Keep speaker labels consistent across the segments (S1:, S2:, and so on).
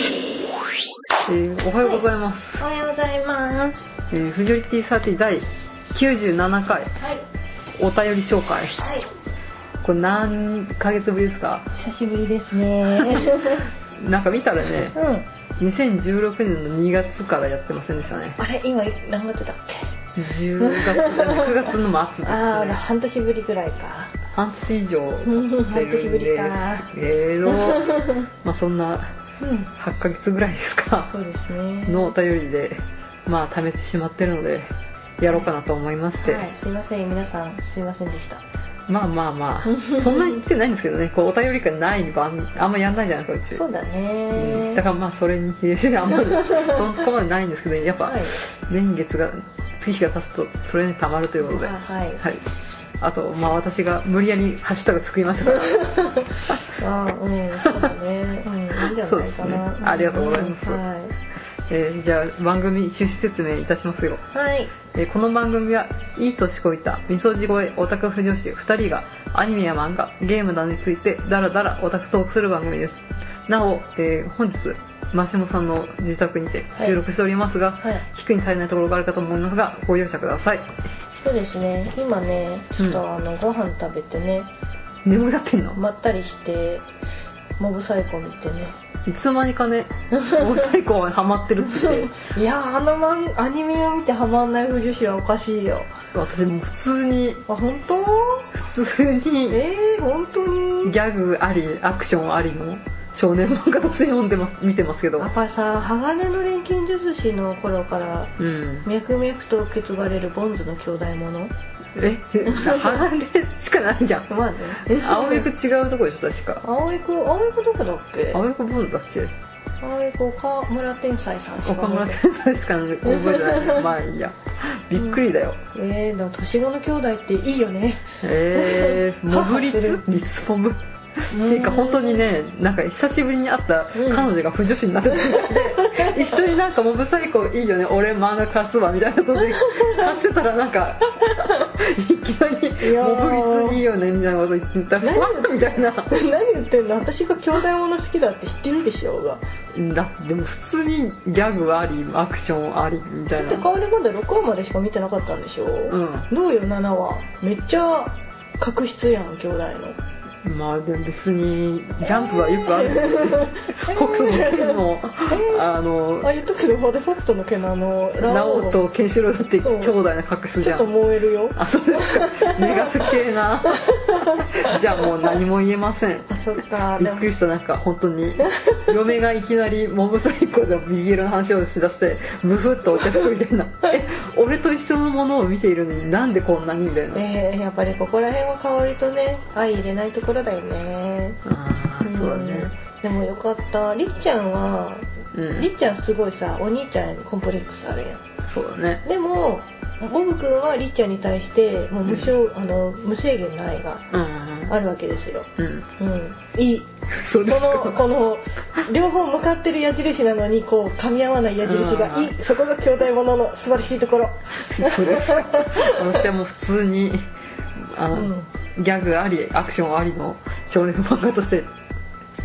S1: えーおはようございます、
S2: おはようございます。
S1: えーフジョリティサーティ第97
S2: は
S1: 回
S2: い。
S1: お便り紹介
S2: はい。
S1: これ何ヶ月ぶりですか
S2: 久しぶりです ね。
S1: なんか見たらね
S2: うん。
S1: 2016年の2月からやってませんでしたね
S2: あれ、今、何月だっけ。
S1: 10月9月の末で す
S2: ああ、
S1: ね
S2: 半年ぶりぐらいか。
S1: 半年以上
S2: うん
S1: やってるんで
S2: 半
S1: えーと まあそんな
S2: うん。
S1: 8ヶ月ぐらいですか
S2: そうですね。
S1: のお便りでまあ貯めてしまってるのでやろうかなと思いまして、
S2: はい、すいません、皆さん、すいませんでした。
S1: まあま あまあそんなに言ってないんですけどねこうお便りがない番あんまやんないじゃないですかうち
S2: そうだ
S1: う
S2: ね
S1: ん。だからまあそれに比例してあんま りそこまでないんですけど、やっぱ
S2: はい。
S1: 年月が月日が経つとそれにたまるということで、
S2: あはい。
S1: はい、あと、まあ、私が無理やりハッシュタグ作りました から、
S2: ああ、うん、そう だね。うん、いいんじゃないか
S1: そうで
S2: な。
S1: すねありがとうございます
S2: うん
S1: えーじゃあ番組趣旨説明いたしますよ、
S2: はい。はい。
S1: えーこの番組はいい年こいたみそじ越えオタク不女子2人がアニメや漫画ゲームなどについてダラダラオタクトークする番組ですなお、えー本日マシモさんの自宅にて収録しておりますが、
S2: はい。
S1: 聞くに足りないところがあるかと思いますがご容赦ください
S2: そうですね。今ね、ちょっと、あの、ご飯食べてね。
S1: 眠がってんの
S2: まったりしてモブサイコ見てね
S1: いつの間にかねもう最高はハマってるって言っ て
S2: いやーあのマンアニメを見てハマんない不女子はおかしいよ
S1: 私もう普通に
S2: あ本当
S1: 普通に
S2: えー、本当に
S1: ギャグありアクションありの少年漫画として読んでます見てますけど
S2: やっぱりさ鋼の錬金術師の頃から
S1: うん
S2: 脈々と受け継がれるボンズの兄弟もの
S1: え離れしかないじゃん
S2: まあね
S1: 青いく違うとこでしょ確か
S2: 青いく青いくどこだっけ
S1: 青いくボンズだっけ
S2: 青いく岡村天才さんしか
S1: 岡村
S2: な
S1: 先
S2: い
S1: 生しか覚えてないまあいいやびっくりだよ、
S2: えー、でも年子の兄弟っていいよね
S1: えー、モ ブリ
S2: 母する
S1: スリスポブっていうか本当にねなんか久しぶりに会った彼女が不女子になっ てて、一緒になんかモブサイコいいよね俺漫画貸すわみたいなことで貸してたらな んかいきなり
S2: いやー
S1: モブリスいいよねみたいなこと言ってたら
S2: 何
S1: わっみたいな
S2: 何言ってんの私が兄弟もの好きだって知ってるでしょうが
S1: だでも普通にギャグありアクションありみた
S2: だ
S1: い
S2: って
S1: な
S2: 顔でまだ6話までしか見てなかったんでしょ、
S1: うん
S2: どうよ7話めっちゃ確執やん兄弟の
S1: まあでも別にジャンプはいっぱいある 北斗の剣もあの
S2: あ言っとくけどファデファクトの毛のあの
S1: ラ
S2: ラオ
S1: オ
S2: ウの
S1: とケンシロウだって兄弟の隠す
S2: ち
S1: じ
S2: ょ
S1: ゃ
S2: っと
S1: ん
S2: 燃えるよ
S1: あそうですか目がすけえ なじゃあもう何も言えません
S2: あそっか
S1: び
S2: で
S1: っ
S2: も
S1: くりしたなんか本当に嫁がいきなりモブサイコでビゲルの話をしだしてムフッとお茶服みたいなえ俺と一緒のものを見ているのになんでこんなにみたいな
S2: ねえやっぱりここら辺は香りとね相入れないところだよね
S1: ああそうだね
S2: うんでもよかったりっちゃんは
S1: うん、
S2: りっちゃんすごいさお兄ちゃんにコンプレックスあるやん
S1: そうだね
S2: でもボブ君はりっちゃんに対してもう無償、あの無制限な愛が
S1: うん
S2: あるわけですよ、
S1: うん
S2: うん、いい
S1: そ
S2: そのこの両方向かってる矢印なのにこう噛み合わない矢印がいいそこが兄弟ものの素晴らしいところ
S1: それ私はもう普通にあ
S2: う
S1: の、
S2: ん
S1: ギャグありアクションありの少年漫画として、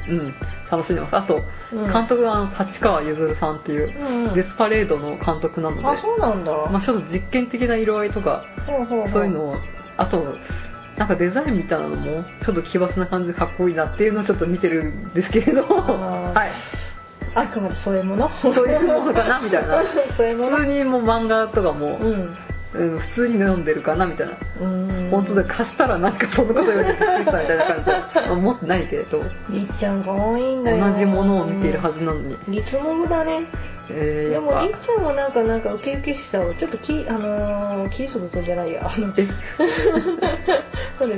S1: うん、楽しんでますあと、
S2: うん
S1: 監督はあの立川譲さんっていう、
S2: うん
S1: デスパレードの監督なので
S2: あそうなんだ、
S1: まあ、ちょっと実験的な色合いとか
S2: ほうほほ
S1: そういうのをあとなんかデザインみたいなのもちょっと奇抜な感じでかっこいいなっていうのをちょっと見てるんですけれど、
S2: あー
S1: はい、
S2: あくまでそういうもの
S1: そういうものか なみたいな
S2: そういうも
S1: 普
S2: の
S1: 通にもう漫画とかも、
S2: うん
S1: うん普通に読んでるかなみたいな
S2: うん
S1: 本当で貸したらなんかそんなことよりびっくりしたみたいな感じで思ってないけれど
S2: りっちゃん可愛いんだよ
S1: 同じものを見ているはずなのに、
S2: リツモグだね
S1: えー、
S2: で
S1: やっ
S2: もりっ
S1: ぱ
S2: ちゃんもなんかなんかウキウキしさをちょっときあのー、キリスト君じゃないやあの
S1: え
S2: なんで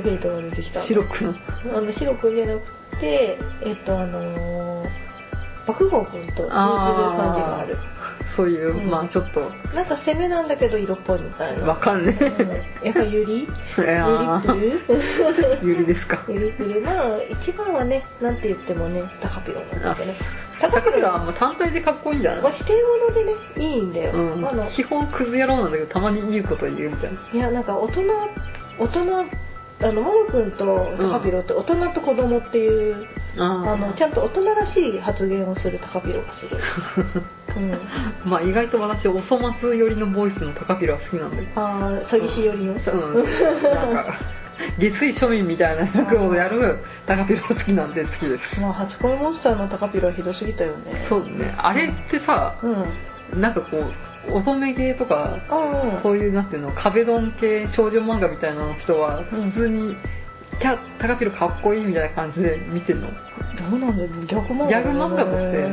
S2: フェイトが出てきた
S1: 白くん
S2: あの白君じゃなくてえっとあのー、爆豪君と通じる感じがある
S1: そういう、
S2: うん
S1: まあちょっと
S2: なんか攻めなんだけど色っぽいみたいな、
S1: わかんね
S2: うんやっぱゆりゆり
S1: えいや
S2: く
S1: ー
S2: る
S1: ゆりですか
S2: ゆりくるまあ一番はねなんて言ってもね高ピロなんだけどね
S1: 高
S2: 高ピ
S1: 倉
S2: ロ
S1: は
S2: は
S1: もう単体でかっこいいんじゃ
S2: ま
S1: な
S2: あ
S1: い、
S2: 否定物でねいいんだよ、
S1: うん
S2: あの、
S1: 基本クズ野郎なんだけどたまにいいこと言うみたいない
S2: やなんか大人大人あのももくんと高ピロって大人と子供っていう、あのちゃんと大人らしい発言をする高ピロがする、 うん、
S1: まあ意外と私お粗末寄りのボイスの高ピロは好きなんだよ
S2: ああ詐欺師寄りの、
S1: うん、なんか下水庶民みたいな役をやる高ピロ好きなんで好きです
S2: まあ初恋モンスターの高ピロはひどすぎたよね
S1: そうねあれってさ
S2: うんうん
S1: なんかこう乙女系とか
S2: うん
S1: そういうなんていうの壁ドン系少女漫画みたいな人は
S2: うん
S1: 普通に、キャ高ピロかっこいいみたいな感じで見てるの
S2: どうなんだよギャグ漫画
S1: ギャグ漫画と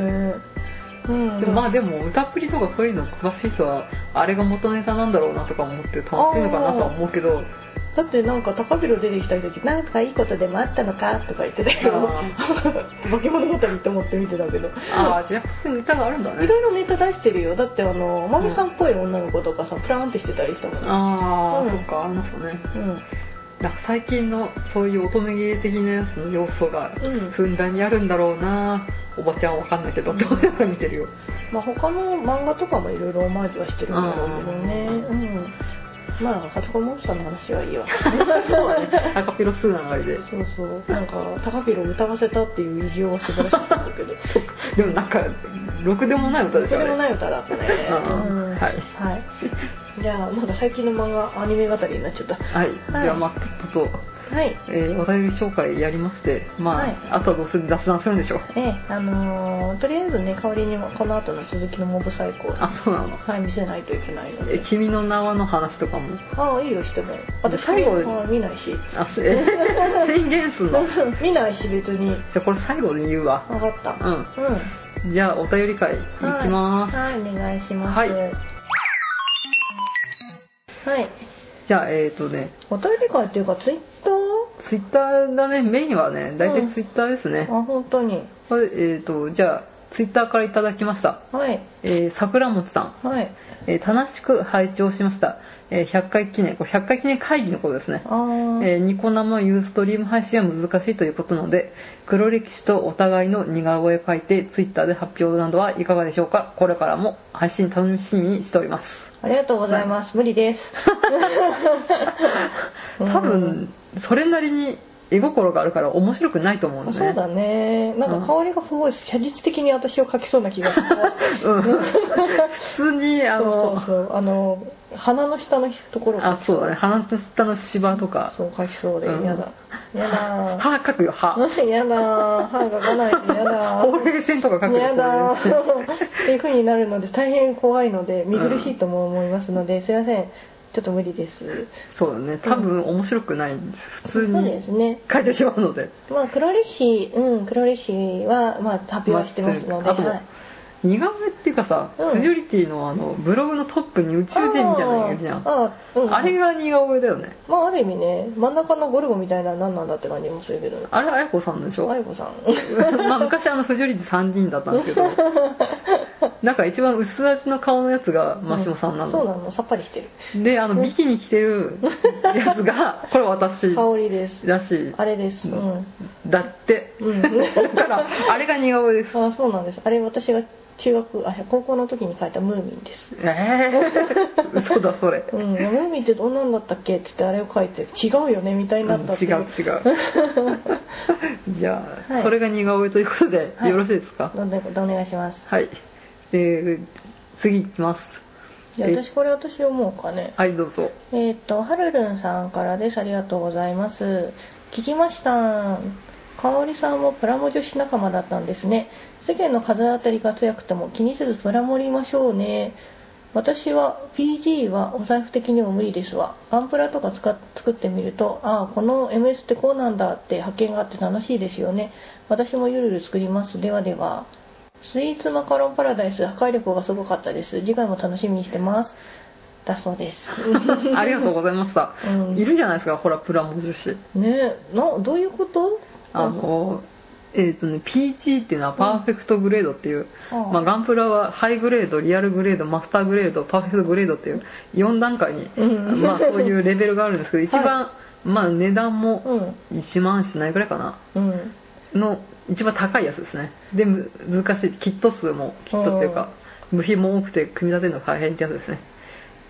S2: してうん
S1: でもまあでも歌っぷりとかそういうの詳しい人はあれが元ネタなんだろうなとか思って楽しいのかなとは思うけ ど
S2: だってなんか高ビロ出てきた時なんかいいことでもあったのかとか言ってたけど 化け物語って思って見てたけど
S1: ああじゃあ普通に歌があるんだ
S2: い
S1: ね
S2: ろいろネタ出してるよだってあのお孫さんっぽい女の子とかさプラーンってしてたりしたもんね
S1: ああ、
S2: うん
S1: そっかあの人ね
S2: うん
S1: なんか最近のそういう乙女芸的なやつの要素が
S2: うん
S1: ふんだんにあるんだろうなおばちゃんわかんないけどって思いながら見てるよ
S2: まあ他の漫画とかもいろいろオマージュはしてるんだろうけどね
S1: う
S2: うんまあ初恋モンスターの話はいいわ
S1: そうだね赤ピロスー流れで
S2: そうそうなんか高ビロ歌わせたっていう偉業は素晴らしかったんだ けど
S1: でもなんかろくでもない歌でし
S2: そ
S1: ょあ
S2: れ
S1: れ
S2: もない歌だった ね
S1: うん
S2: うん
S1: はい
S2: はいじゃあなんか最近の漫画アニメ語りになっちゃった
S1: はい、じゃあまあとっとと、
S2: はい
S1: えーお便り紹介やりましてまあ、
S2: はい
S1: あとはどうせ雑談するんでしょう
S2: ええあのーとりあえずね香りにもこの後の続きのモブサイコを
S1: あそうなの
S2: はい見せないといけないの
S1: え
S2: で
S1: 君の名はの話とかも
S2: ああいいよしても私
S1: 最後
S2: は見ないし
S1: あすえ宣言すんのじ
S2: 見ないし別に
S1: ゃあこれ最後に言うわ
S2: 分かった
S1: うん
S2: うん
S1: じゃあお便り会い
S2: はい
S1: きます、
S2: はいお願いします
S1: はい
S2: はい
S1: じゃあえっ、ー、とね
S2: お便り会っていうかツイッター
S1: ツイッターだねメインはね大
S2: うん
S1: 体ツイッターですね、
S2: あ本当に
S1: これえっ、とじゃあツイッターからいただきました
S2: はい
S1: えー、桜餅さん、
S2: はい
S1: えー楽しく拝聴しました、えー100回記念これ100回記念会議のことですね
S2: あー
S1: えーニコ生ユーストリーム配信は難しいということなので黒歴史とお互いの似顔絵を描いてツイッターで発表などはいかがでしょうかこれからも配信楽しみにしております
S2: ありがとうございます、無理です
S1: 多
S2: うん
S1: 分それなりに絵心があるから面白くないと思うの ね
S2: そうだねなんか香りがすごい写実的に私を描きそうな気がする
S1: うん普通にあ
S2: そうそう
S1: の
S2: そうあの鼻の下のところ
S1: あそうだね鼻と下の芝とか
S2: そう描きそうで
S1: うん
S2: 嫌だ嫌だ
S1: 歯描くよ歯
S2: 嫌だ歯ががないで嫌だ
S1: ほうれい線とか描くよ
S2: 嫌だっていう風になるので大変怖いので見苦しいとも思いますので、すいませんちょっと無理です
S1: そうだね多分面白くないんです普通
S2: そうで
S1: に
S2: すね
S1: 描いてしまうので
S2: まあ黒歴史うん黒歴史はまあ発表はしてますので、
S1: まあそう
S2: はい
S1: 似顔絵っていうかさ、
S2: うん
S1: フジョリティのあのブログのトップに宇宙人みたいなのがいるじゃんあ,、
S2: あー、うん、
S1: れが似顔絵だよね
S2: まあある意味ね真ん中のゴルゴみたいなのは何なんだって感じもするけどね
S1: あれ綾子さんでしょ
S2: 愛子さん
S1: まあ昔あのフジョリティ3人だったんです けどなんか一番薄味の顔のやつが真下さんな
S2: そう
S1: の、
S2: なのさっぱりしてる
S1: であのビキに着てるや つがこれ私
S2: 香りです
S1: らしい
S2: あれですうん、
S1: だって
S2: うん、
S1: だからあれが似顔絵です
S2: あそうなんですあれ私が中学あ高校の時に書いたムーミンです
S1: ええー、 嘘だそれ
S2: うん、ムーミンってどんなんだったっけって言ってあれを書いて違うよねみたいになったって
S1: 違
S2: いう
S1: 違 うじゃあ、
S2: はい
S1: それが似顔絵ということで、
S2: はい
S1: よろしいですか
S2: なんでお願いします
S1: はいえー、次いきます
S2: じゃあ
S1: え
S2: 私これ私読もうかね
S1: はいどう ぞ
S2: えーっとはるるんさんからですありがとうございます聞きましたかおりさんもプラモ女子仲間だったんですね世間の風当たりが強くても気にせずプラモりましょうね私は PG はお財布的にも無理ですわガンプラとか使っ作ってみるとああこの MS ってこうなんだって発見があって楽しいですよね私もゆるゆる作りますではではスイーツマカロンパラダイス破壊力がすごかったです次回も楽しみにしてますだそうです
S1: ありがとうございました、
S2: うん
S1: いるじゃないですかほらプラモ女子
S2: ねえなどういうこと
S1: あのえっ、とね PG っていうのはパーフェクトグレードっていう、
S2: うん
S1: まあ、ガンプラはハイグレードリアルグレードマスターグレードパーフェクトグレードっていう4段階に、
S2: うん
S1: まあ、そういうレベルがあるんですけど一番、
S2: は
S1: まあ、値段
S2: う
S1: も
S2: ん
S1: 1万しないぐらいかな、
S2: うん
S1: の一番高いやつですねでむ難しいキット数もキットっていうか部品も多くて組み立てるのが大変ってやつですね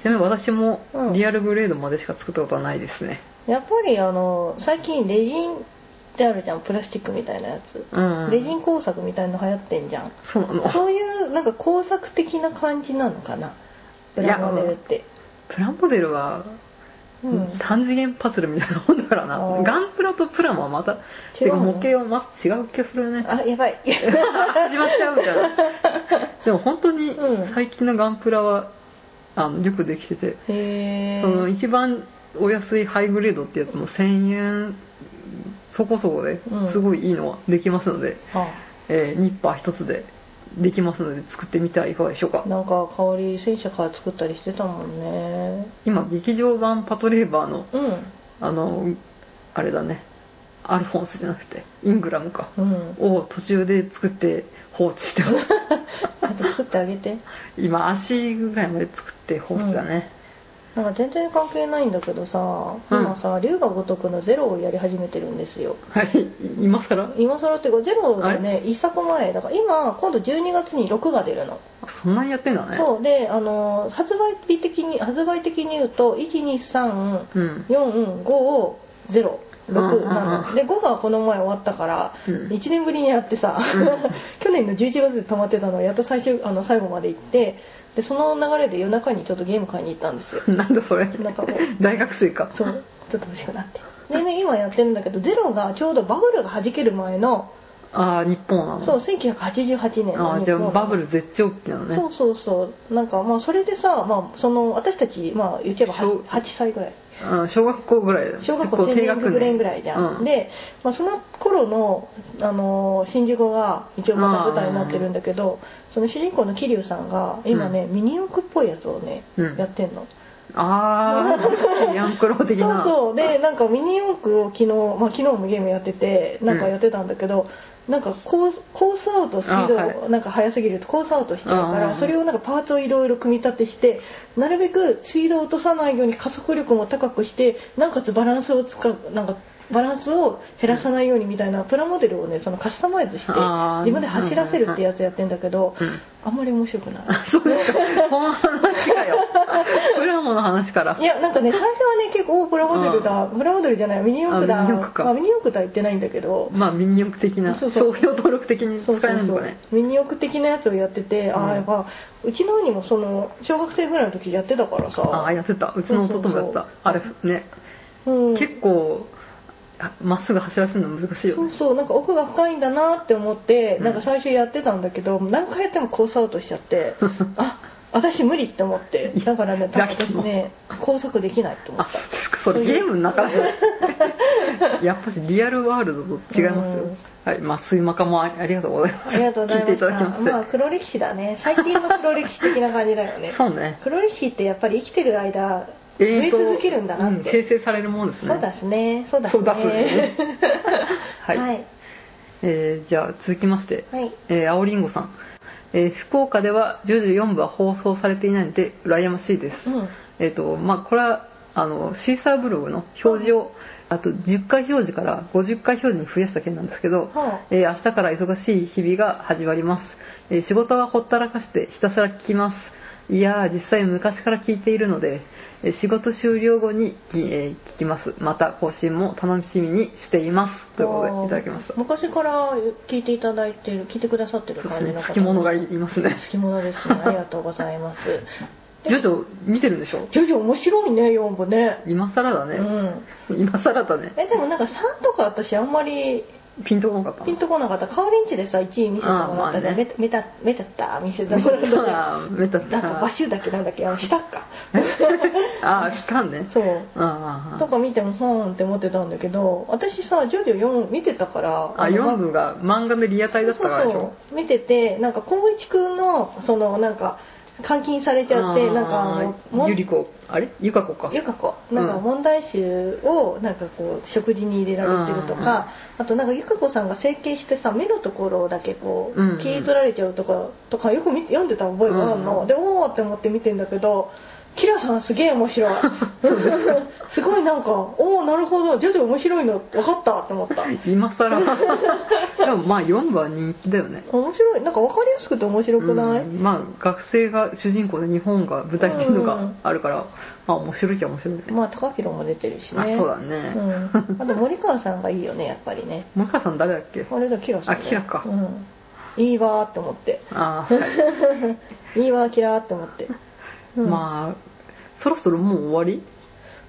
S1: ちなみに私も
S2: うん
S1: リアルグレードまでしか作ったことはないですね、
S2: やっぱりあの最近レジンってあるじゃんプラスチックみたいなやつ、
S1: うん
S2: レジン工作みたいの流行ってんじゃん
S1: そうなの
S2: そういうなんか工作的な感じなのかなプラモデルって
S1: プラモデルは、
S2: うん、
S1: 三次元パズルみたいなもんだからな
S2: あー
S1: ガンプラとプラモはまた
S2: 違
S1: て
S2: う
S1: か模
S2: の
S1: 型はま違う気がするね
S2: あやば い
S1: 始まっちゃうみたいな でも本当に
S2: うん
S1: 最近のガンプラはあのよくできてて、
S2: へえ
S1: その一番お安いハイグレードってやつも1000円そこそこで
S2: うん
S1: すごいいいのはできますので、
S2: あ
S1: えーニッパー一つでできますので作ってみてはいかがでしょうか
S2: なんか香り戦車から作ったりしてたもんね
S1: 今劇場版パトレーバーの
S2: うん
S1: あのあれだねアルフォンスじゃなくてイングラムか
S2: うん
S1: を途中で作って放置してます
S2: あと作ってあげて
S1: 今足ぐらいまで作って放置だね、
S2: なんか全然関係ないんだけどさ
S1: うん
S2: 今さ龍が如くのゼロをやり始めてるんですよ
S1: はい今更
S2: 今更っていうかゼロがね一作前だから今今度12月に6が出るの
S1: そんなにやってんだね
S2: そうであの発売日的に発売的に言うと1234
S1: うん、
S2: を0
S1: うんう
S2: 6
S1: ん
S2: な
S1: うん
S2: ので5がこの前終わったから
S1: うん、
S2: 1年ぶりにやってさ 去年の11月で溜まってたのをやっと最終あの最後まで行ってでその流れで夜中にちょっとゲーム買いに行ったんですよ
S1: なんだそれ
S2: なんかこう
S1: 大学生か
S2: そうちょっと欲しくなってでね今やってるんだけどゼロがちょうどバブルが弾ける前の
S1: ああ日本なの
S2: そう1988年の
S1: ああ
S2: 日
S1: じゃ
S2: 本
S1: あバブル絶頂期なのね
S2: そうそうそうなんかまあそれでさ、まあ、その私たち、まあ、言っちゃえば
S1: 小
S2: 8, 歳ぐらい
S1: うん小学校ぐらいだよ
S2: 小学校
S1: 結構低
S2: 低
S1: 学
S2: 学
S1: 年
S2: 年ぐらいじゃん、
S1: うん
S2: で、まあ、その頃の、あのー新宿が一応また舞台になってるんだけどその主人公の桐生さんが今ね、ミニ四駆っぽいやつをね
S1: うん
S2: やってんの
S1: ああヤンクロー的な
S2: そうそうでなんかミニ四駆を昨日、まあ、昨日もゲームやっててなんかやってたんだけど、なんかコースコースアウトスピード
S1: あは
S2: がなんか速すぎるとコースアウトしちゃうか
S1: あ
S2: ら
S1: ー
S2: それをなんかパーツをいろいろ組み立てしてなるべくスピードを落とさないように加速力も高くしてなおかつバランスを使うなんかバランスを減らさないようにみたいなプラモデルをねそのカスタマイズして
S1: あー
S2: 自分で走らせるってやつやってんだけど
S1: うん
S2: あんまり面白くない。
S1: そうですかこの話かよプラモの話から
S2: いやなんか ね最初はね結構おプラモデルだプラモデルじゃないミニ四駆だ
S1: あミニ四駆か
S2: まあ、ミニ四駆とは言ってないんだけど
S1: まあ民力的な
S2: そ
S1: 商
S2: うそう
S1: 標登録的に使
S2: そうそ
S1: え
S2: う
S1: ない
S2: そ
S1: の
S2: う、
S1: かね
S2: ミニ四駆的なやつをやってて、あ
S1: うん
S2: あやっぱうちの兄もその小学生ぐらいの時やってたからさ
S1: ああやってたうちの弟もやっ
S2: そう
S1: たあれね
S2: うん、
S1: 結構あまっすぐ走らせるの難しいよ
S2: そう
S1: ね
S2: そうなんか奥が深いんだなって思って、
S1: うん
S2: なんか最初やってたんだけど何回やってもコースアウトしちゃってあ私無理って思ってだからね多分私ね工作できないと思っ
S1: あ
S2: た
S1: それゲームの中 でやっぱしリアルワールドと違います
S2: う
S1: よ、
S2: ん
S1: はいまあ水まかもありがとうございます
S2: ありがとうございま
S1: 聞いて
S2: し
S1: い
S2: た
S1: ただきまして、
S2: まあ黒歴史だね最近の黒歴史的な感じだよ ね
S1: そうね
S2: 黒歴史ってやっぱり生きてる間
S1: 永
S2: 増え
S1: 遠と
S2: 続けるんだなって、
S1: うん形成されるものですね
S2: そうだしねそうだし
S1: そうだ
S2: ね
S1: すねは、
S2: はいい、はい
S1: えーじゃあ続きましてえー、青りんごさん、えー福岡では10時4部は放送されていないので羨ましいです、
S2: うん、
S1: えっ、とまあこれはあのシーサーブログの表示をあと10回表示から50回表示に増やした件なんですけど、
S2: は
S1: えー明日から忙しい日々が始まります、えー仕事はほったらかしてひたすら聞きますいやー実際昔から聞いているので、えー仕事終了後に、きえー聞きますまた更新も楽しみにしていますということでいただきました
S2: あー昔から聞いていただいてる聞いてくださってる
S1: そう
S2: 感じ
S1: です
S2: の
S1: ね
S2: 方
S1: 付き物がいますね
S2: 好き者ですね ありがとうございます
S1: ジョジョ見てるんでしょ
S2: 徐々面白いね4部ね
S1: 今更だ
S2: う
S1: ね、
S2: ん
S1: 今更だね
S2: えでもなんか3とか私あんまり
S1: ピンとこなかった
S2: ピンとこなかったかおりんちでさ1位見せてもらったじゃ
S1: あーまあ
S2: ん、
S1: ね
S2: メタメタメタった見せてもら ったじゃん
S1: ああメタ
S2: なんかバシュだっけなんだっけあのしたっか
S1: ああしたね
S2: そう
S1: あ
S2: とか見てもふーんって思ってたんだけど私さジョジョ4見てたから
S1: ああ
S2: の
S1: 4部が漫画のリアタイだったからでし
S2: そう
S1: ょ
S2: そう見ててなんか光一くんのそのなんか監禁されちゃってなんかあのもん
S1: ゆりこあれゆかこか
S2: ゆか子なんか
S1: うん
S2: 問題集をなんかこう食事に入れられてると
S1: うんうんうん
S2: かあとなんかゆか子さんが整形してさ目のところだけこ
S1: うんうん
S2: う切り取られちゃうとかとかよく見て読んでた覚えがある
S1: うんう
S2: の
S1: ん
S2: でおおって思って見てんだけどキラさんすげえ面白 いすごいなんかおおなるほど徐々面白いの分かったって思った
S1: 今 更でもまあ4部は人気だよね
S2: 面白いなんか分かりやすくて面白くない、
S1: うんまあ学生が主人公で日本が舞台っていうのがあるから、まあ面白いっちゃ面白いね、
S2: まあ高弘も出てるし
S1: あ
S2: ね
S1: そうだね、
S2: うん、あと森川さんがいいよねやっぱりね
S1: 森川さん誰だっけ
S2: あれだキラさんだよ
S1: あキラか
S2: うん、いいわーって思って
S1: ああ、はい
S2: いいわーキラーって思って、うん
S1: まあそろそろもう終わり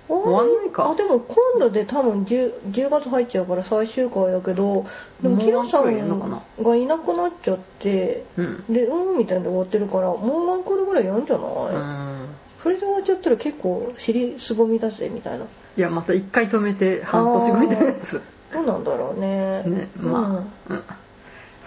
S2: 終
S1: わんないか
S2: あでも今度で多分 10, 10月入っちゃうから最終回だけどでも
S1: もう
S2: キラさ
S1: ワンクールやんのかなん
S2: がいなくなっちゃって
S1: うん
S2: でうんみたいなんで終わってるからもうワンクールぐらいやんじゃない、
S1: うん
S2: それで終わっちゃったら結構尻すぼみだぜみたいない
S1: やまた一回止めて半年後みたいなやつ
S2: どうなんだろうね
S1: ねまあ、うん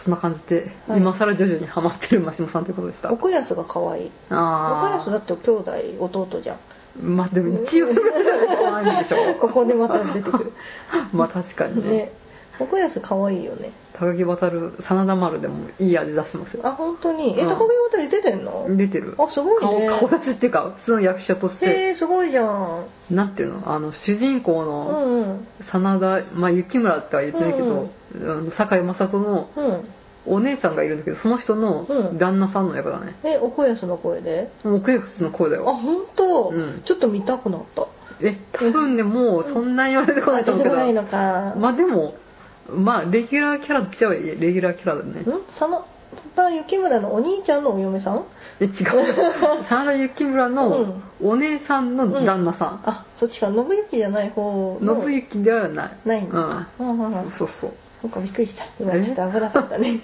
S1: そんな感じで、
S2: はい
S1: 今更徐々にハマってるマシモさんということでした
S2: 奥安が可愛い奥
S1: あ
S2: 安だって兄弟弟じゃん
S1: あまあでも一応ぐらいは可愛いでしょ
S2: ここでまた出てくる
S1: まあ確かにね
S2: ね奥安可愛いよね
S1: 高木渡る真田丸でもいい味出してますよ
S2: あ本当にえ
S1: うん
S2: 高木渡り出てんの、
S1: 出てる
S2: あすごい
S1: 顔
S2: ね
S1: 顔立ちっていうか普通の役者として
S2: へえすごいじゃん
S1: なんていうのあの主人公
S2: う
S1: の
S2: んうん
S1: 真田、まあ、雪村っては言ってないけど、あの堺雅人の
S2: うん
S1: お姉さんがいるんだけどその人の
S2: うん
S1: 旦那さんの役だね、
S2: え奥安の声で
S1: もう奥への声だ
S2: あ
S1: よ
S2: 本当、
S1: うん
S2: ちょっと見たくなった
S1: え多分ねもうそんなに言われてこな
S2: あ
S1: いと
S2: 出
S1: 思う
S2: て
S1: け
S2: こない
S1: ど
S2: のか、
S1: まあでもまあレギュラーキャラっちゃレギュラーキャラだね
S2: んそのパパ雪村のお兄ちゃんのお嫁さん
S1: え違う真田幸村のお姉さんの旦那さ
S2: あそっちか信行じゃない方
S1: ん、
S2: の
S1: 信行ではない
S2: ないの
S1: うん
S2: うんうんうん
S1: そうそう
S2: そうかびっくりした今
S1: え
S2: ちょっと危なかった ね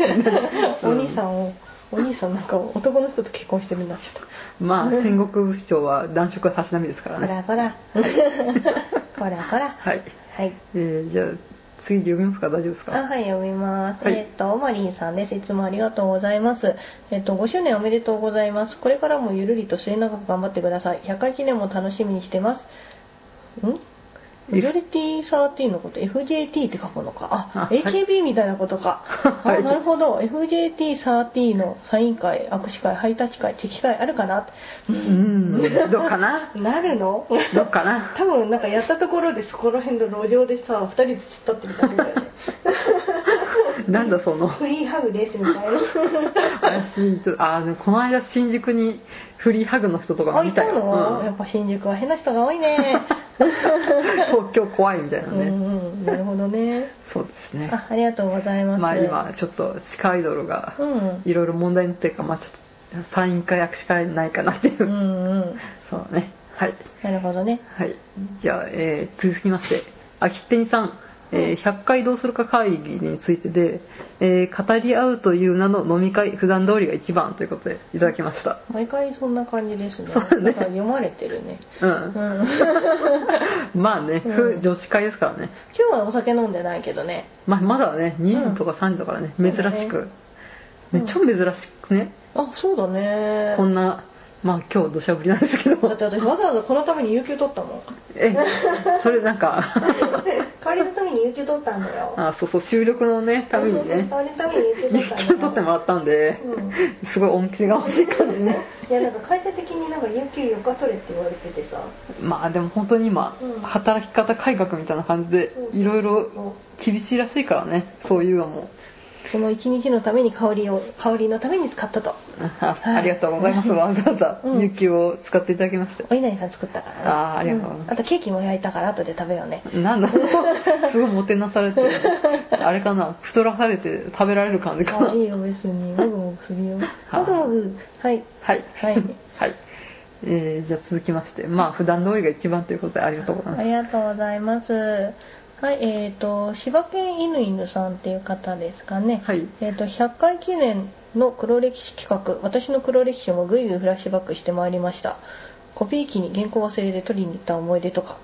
S1: う
S2: お
S1: ん
S2: 兄さんをお兄さんなんか男の人と結婚してるんだちょっと
S1: まあ戦国武将は男色はたしなみですから
S2: こ
S1: ね
S2: らこ らこらこら
S1: はい、
S2: はい
S1: えーじゃあ次読みますか大丈夫です
S2: あ
S1: か
S2: はい読みます、
S1: はい
S2: えっとマリンさんですいつもありがとうございますえっと5周年おめでとうございますこれからもゆるりと末永く頑張ってください100回記念も楽しみにしてますん
S1: い
S2: リアリティサーティのこと FJT って書くのかあ
S1: あはい
S2: AKB みたいなことか、
S1: はい
S2: あなるほど FJT サーティのサイン会握手会ハイタッチ会チェキ会あるかな
S1: うーんどうかな
S2: なるの
S1: どうかな
S2: 多分なんかやったところでそこら辺の路上でさ2人で突っ立ってみたんだよね
S1: なんだそ の
S2: フリーハグですみたいな
S1: 怪しい人あでもこの間新宿にフリーハグの人とか
S2: あ、
S1: 見
S2: い
S1: た
S2: た
S1: よ、
S2: の、
S1: う
S2: や
S1: ん
S2: っぱ新宿は変な人が多い ね。
S1: 東京怖いみたいうなね、
S2: んうん、なるほどね。
S1: そうですね
S2: あ、ありがとうございます。
S1: まあ今ちょっと地下アイドルが
S2: うん。
S1: いろいろ問題になってるからまあちょっとサイン会握手会ないかなっていう、
S2: うん うん。
S1: そうねはい
S2: なるほどね。
S1: はい。じゃあ、えー続きまして、秋天さん、えー100回どうするか会議についてで、えー語り合うという名の飲み会、普段通りが一番ということでいただきました。
S2: 毎回そんな感じですね。
S1: そうだね
S2: なんか読まれてるね。
S1: う
S2: うん。
S1: ん。
S2: 今
S1: まあね、
S2: うん
S1: ふ女子会ですからね。
S2: 日はお酒飲んでないけどね。
S1: まあ、まだね、2時とか3時とからね、
S2: うん
S1: 珍しく、
S2: う
S1: ね
S2: ん、
S1: 超珍しくね、
S2: あ、そうだね
S1: こ。んな、まあ今日土砂降りなんですけ
S2: だっ
S1: ど、
S2: て私わざわざこのために有給取った もん。
S1: え、それなんか、
S2: 代わりのために有給取ったんだよ。
S1: あ、そうそう、収録のね、ためにね、
S2: わりのために有
S1: 有給取ってもらったんで、
S2: うん。
S1: すごい恩恵が欲しい感じね。
S2: いやなんか会社的になんか有給4日取れって言われててさ。
S1: まあでも本当に今、
S2: うん
S1: 働き方改革みたいな感じで
S2: うん
S1: いろいろ厳しいらしいからねそういうのも
S2: その一日のために香りを香りのために使ったと
S1: あありがとうございますわざわざ
S2: うん
S1: 有給を使っていただきまして、
S2: お稲荷さん作ったからね
S1: あーありがとうございます
S2: んあとケーキも焼いたから後で食べようね
S1: な んだすごいもてなされてあれかな太らされて食べられる感じかな
S2: あいいよ別にもぐもぐするよも
S1: あ
S2: ぐもぐはい
S1: はい
S2: はい
S1: はい、えーじゃあ続きましてまあ普段通りが一番ということでありがとうござい
S2: あ
S1: ます
S2: りがとうございますはいえー、と柴犬犬犬さんっていう方ですかね、
S1: はい
S2: えー、と100回記念の黒歴史企画私の黒歴史もぐいぐいフラッシュバックしてまいりましたコピー機に原稿忘れて取りに行った思い出とか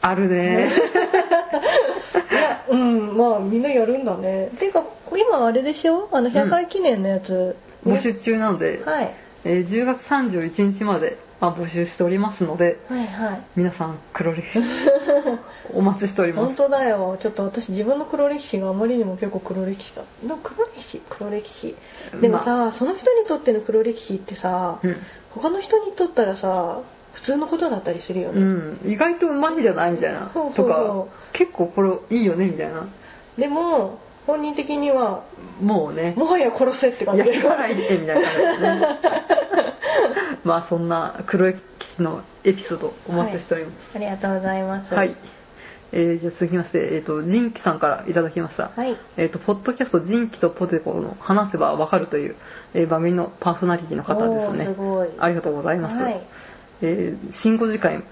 S1: あるね
S2: いやうんまあみんなやるんだねていうか今あれでしょあの100回記念のやつ、
S1: 募集中なので、
S2: はい
S1: えー10月31日まで、まあ、募集しておりますので
S2: はいはい
S1: 皆さん 黒歴史お待ちしておりま
S2: 本
S1: す
S2: 当だよちょっと私自分の黒歴史があまりにも結構黒歴史だな黒歴史黒歴史でもさ、
S1: ま
S2: その人にとっての黒歴史ってさ
S1: うん
S2: 他の人にとったらさ普通のことだったりするよ
S1: う
S2: ね、
S1: ん、意外とうまいんじゃないみたいな
S2: そうそうそ
S1: とか結構これいいよねみたいな
S2: でも本人的には
S1: もうね
S2: もはや殺せって感じ
S1: 焼
S2: で
S1: き払いってみたいな感じ ですねまあそんな黒い騎士のエピソードお待ちしておりま
S2: ありがとうございます
S1: すはい、えーじゃあ続きまして、えー、とジンキさんからいただきました
S2: はい
S1: えー、とポッドキャスト「人気とポテコの話せばわかる」という、えー番組のパーソナリティの方で
S2: おー
S1: すね
S2: ごい
S1: ありがとうございます、
S2: はい
S1: えー、新語次回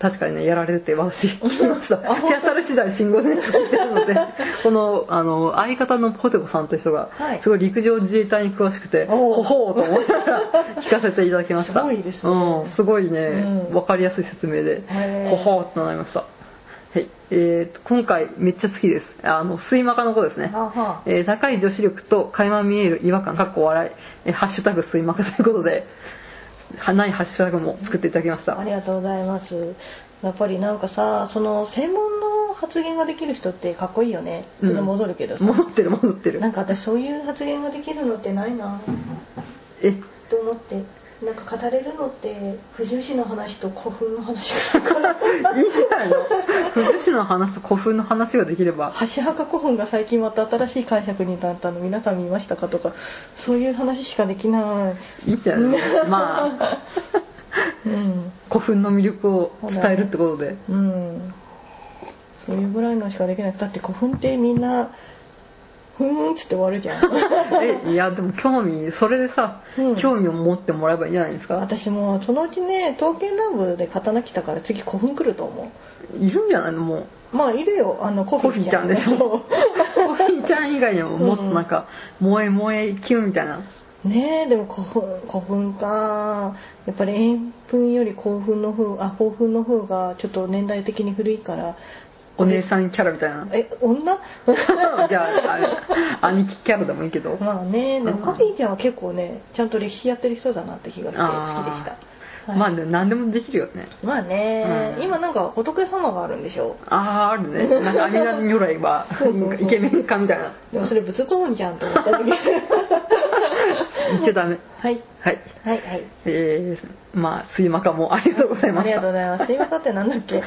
S1: 確かにねやられてて私聞きま した
S2: あ本当
S1: 手当たる次第信号で聞いてる のでこのあの相方のポテコさんという人が
S2: はい
S1: すごい陸上自衛隊に詳しくて、
S2: おー
S1: ほほうと思いながら 聞かせていただきました
S2: すごいですね
S1: うん、すごいね、
S2: うん
S1: わかりやすい説明で
S2: へー
S1: ほほうとなりましたはいえー、と今回めっちゃ好きですあの水マカの子ですね
S2: はあはあ
S1: えー高い女子力と垣間見える違和感かっこ笑い、えーハッシュタグすいませんということではないハッシュタグも作っていただきました
S2: ありがとうございますやっぱりなんかさその専門の発言ができる人ってかっこいいよね
S1: うん
S2: ちょっと戻るけどさ、
S1: 戻ってる戻ってる
S2: なんか私そういう発言ができるのってないな
S1: え
S2: と思ってなんか語れるのって藤吉の話と古墳の話がから
S1: いいじゃないの藤士の話と古墳の話ができれば
S2: 橋墓古墳が最近また新しい解釈になったの皆さん見ましたかとかそういう話しかできない
S1: いいじゃないのまあ
S2: うん
S1: 古墳の魅力を伝えるってことで
S2: うんそういうぐらいのしかできないだって古墳ってみんなふーんっつって終わるじゃん
S1: えいやでも興味それでさ、
S2: うん
S1: 興味を持ってもらえばいいんじゃないですか
S2: 私もうそのうちね刀剣乱舞で刀来たから次古墳来ると思
S1: いるんじゃないのもう
S2: うまあいるよあのコフィ
S1: コフィちゃんでしょ
S2: そう
S1: コフィちゃん以外にももっとなんか萌え萌えキュンみたいな
S2: ねえでも古墳古墳かやっぱり円墳より興奮の方あ興奮の方がちょっと年代的に古いから
S1: お姉さんキャラみた いな
S2: え女
S1: じゃああれ兄貴キャラでもいいけど
S2: まあねで
S1: うん
S2: もカフィーちゃんは結構ねちゃんと歴史やってる人だなって気がして好きでした
S1: あ、
S2: はい
S1: まあね何でもできるよね
S2: まあね、
S1: うん
S2: 今なんか仏様があるんでしょ
S1: ああーあるねな んか阿弥陀如来は
S2: そうそうそう
S1: イケメンかみたいな
S2: でもそれ仏像じゃんと思 ったんだけど
S1: 言っちゃダメ
S2: はい
S1: はい
S2: はいはい
S1: えー、まあ水まかもありがとうございま
S2: あ
S1: し
S2: り
S1: た
S2: がとうございます水かってなんだっ け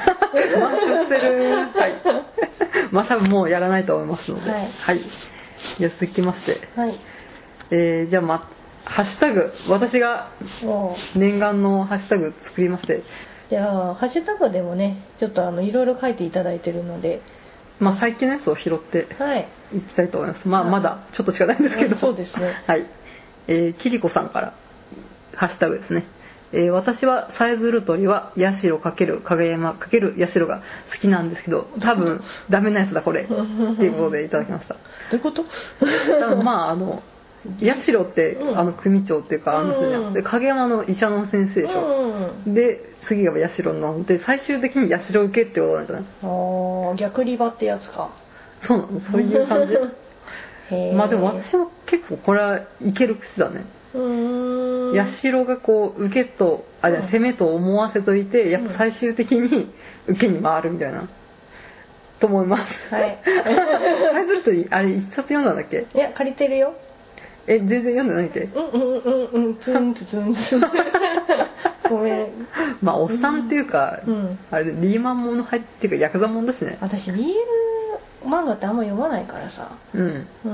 S1: 満足してるはい まあ多分もうやらないと思いますのでは
S2: はい
S1: はい、じゃあ続きまして
S2: はい
S1: えー、じゃあまあハッシュタグ私が
S2: もう
S1: 念願のハッシュタグ作りまして
S2: じゃあハッシュタグでもねちょっとあのいろいろ書いていただいてるので
S1: まあ最近のやつを拾って
S2: はい
S1: いきたいと思いますまあ
S2: はい
S1: まだちょっとしかないんですけど
S2: そうですね
S1: はい。えー、キリコさんから、ハッシュタグですね。えー私はさえずる鳥は八代かける影山かける八代が好きなんですけど、多分ダメなやつだこれ。っていうことでいただきました。
S2: どういうこと
S1: 多分まあ、あの、八代って、
S2: うん
S1: あの組長っていうか、あの人じゃ。
S2: うんん
S1: で、影山の医者の先生でしょ。
S2: うん
S1: で、次が八代なので、最終的に八代受けってことなんじゃない
S2: あー逆リバってやつか
S1: そうなのそうい う感
S2: へ
S1: じ。
S2: ー
S1: まあでも私も結構これはいける口だね。
S2: うーん
S1: 社がこう受けとあじ
S2: う
S1: ゃ
S2: ん
S1: 攻めと思わせといてやっぱ最終的に受けに回るみたいなと思います
S2: はい
S1: タイトルといあれ一冊読んだんだっけ
S2: いや借りてるよ
S1: え全然読んでないっけ
S2: うんうんうんうんツンツツン ツンごめん
S1: まあおっさんっていうか、
S2: うん
S1: あれリーマンもの入ってっていうかヤクザもんだしね
S2: 私 BL 漫画ってあんま読まないからさ
S1: うん
S2: うんあ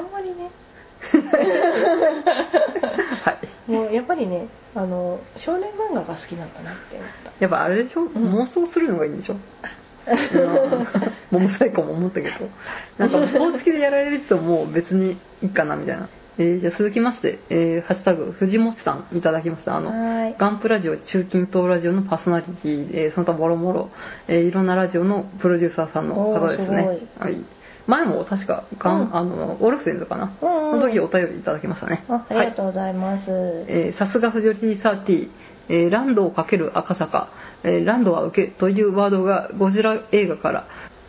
S2: んまりね
S1: はい
S2: もうやっぱりねあの少年漫画が好きなんだなって思った
S1: やっぱあれでしょ、妄想するのがいいんでしょうんもう最後も思ったけどなんか公式でやられるともう別にいいかなみたいな、えーじゃあ続きまして、えーハッシュタグ藤本さんいただきましたあの
S2: はい
S1: ガンプラジオ中近東ラジオのパーソナリティ、えーその他もろもろ、えーいろんなラジオのプロデューサーさんの方ですね
S2: おーす
S1: はい、前も確かガン、
S2: うん
S1: あのオルフェンズかな、
S2: うんうん
S1: その時お便りいただきましたね
S2: あありがとうございます、
S1: えーさすがフジョリティサーティえーランドをかける赤坂、えーランドは受けというワードがゴジラ映画から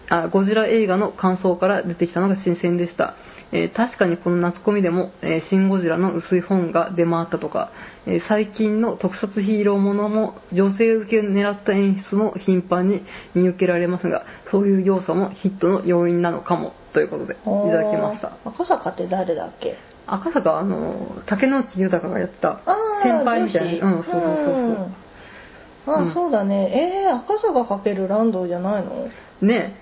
S1: あゴジラ映画の感想から出てきたのが新鮮でした、えー確かにこの夏コミでも、えーシン・ゴジラの薄い本が出回ったとか、えー最近の特撮ヒーローものも女性受けを狙った演出も頻繁に見受けられますがそういう要素もヒットの要因なのかもということでい
S2: おー
S1: ただきました
S2: 赤坂って誰だっけ
S1: 赤坂はあの竹野内豊がやってた
S2: ああ
S1: 先輩みたいなうんそうそうそうそう
S2: あ、
S1: うん
S2: そうだねえー、赤坂かけるランドじゃないの
S1: ね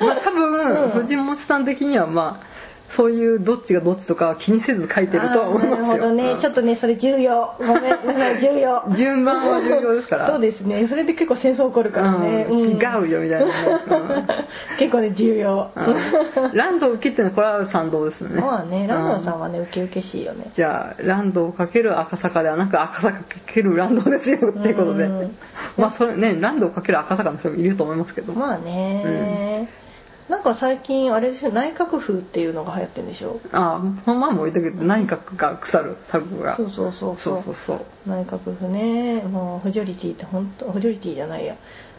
S1: まあ多分、
S2: うん
S1: 藤本さん的にはまあそういうどっちがどっちとかは気にせず書いてるとは思いま
S2: あー
S1: すよ
S2: なるほどね、
S1: うん
S2: ちょっとねそれ重要ごめんなさい重 要
S1: 順番は重要ですから
S2: そうですねそれで結構戦争起こるからね、
S1: うん
S2: ん
S1: 違うよみたいなね、
S2: 結構ね重要、
S1: うんうん ランドを受けっていうのはこれは賛同ですよね
S2: まあねランドさ
S1: うん
S2: はねウケウケしいよね
S1: じゃあランドをかける赤坂ではなく赤坂かけるランドですよっていうことで
S2: うん
S1: まあそれねランドをかける赤坂の人もいると思いますけど、
S2: まあね、なんか最近あれですよ内閣風っていうのが流行ってるんでしょ
S1: ああその前も言ったけど内閣が腐る作語が
S2: そうそうそう
S1: そ
S2: そう
S1: うそうそう
S2: 内閣府ねもうフジョリティって本当フジョリティじゃないや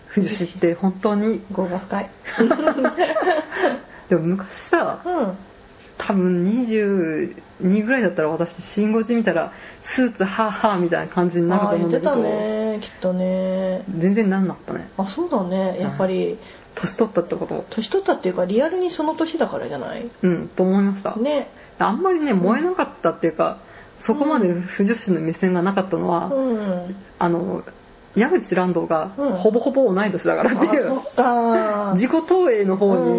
S1: 不女子って本当に
S2: 語が深い
S1: でも昔さ
S2: うん
S1: 多分22ぐらいだったら私信号地見たらスーツハーハーみたいな 感じになる
S2: あ
S1: と
S2: ー
S1: 思う
S2: 言
S1: ん
S2: っ
S1: だ
S2: て
S1: けど
S2: たねきっとね
S1: 全然なんなったね
S2: あそうだねやっぱり
S1: 年取ったってこと
S2: 年取ったっていうかリアルにその年だからじゃない
S1: うんと思いました
S2: ね
S1: あんまりね燃えなかったっていうかそこまで不女子の目線がなかったのは、
S2: うん
S1: あの矢口蘭道が
S2: うん
S1: ほぼほぼ同い年だからってい
S2: あ
S1: う
S2: そ、っか
S1: 自己投影の方
S2: う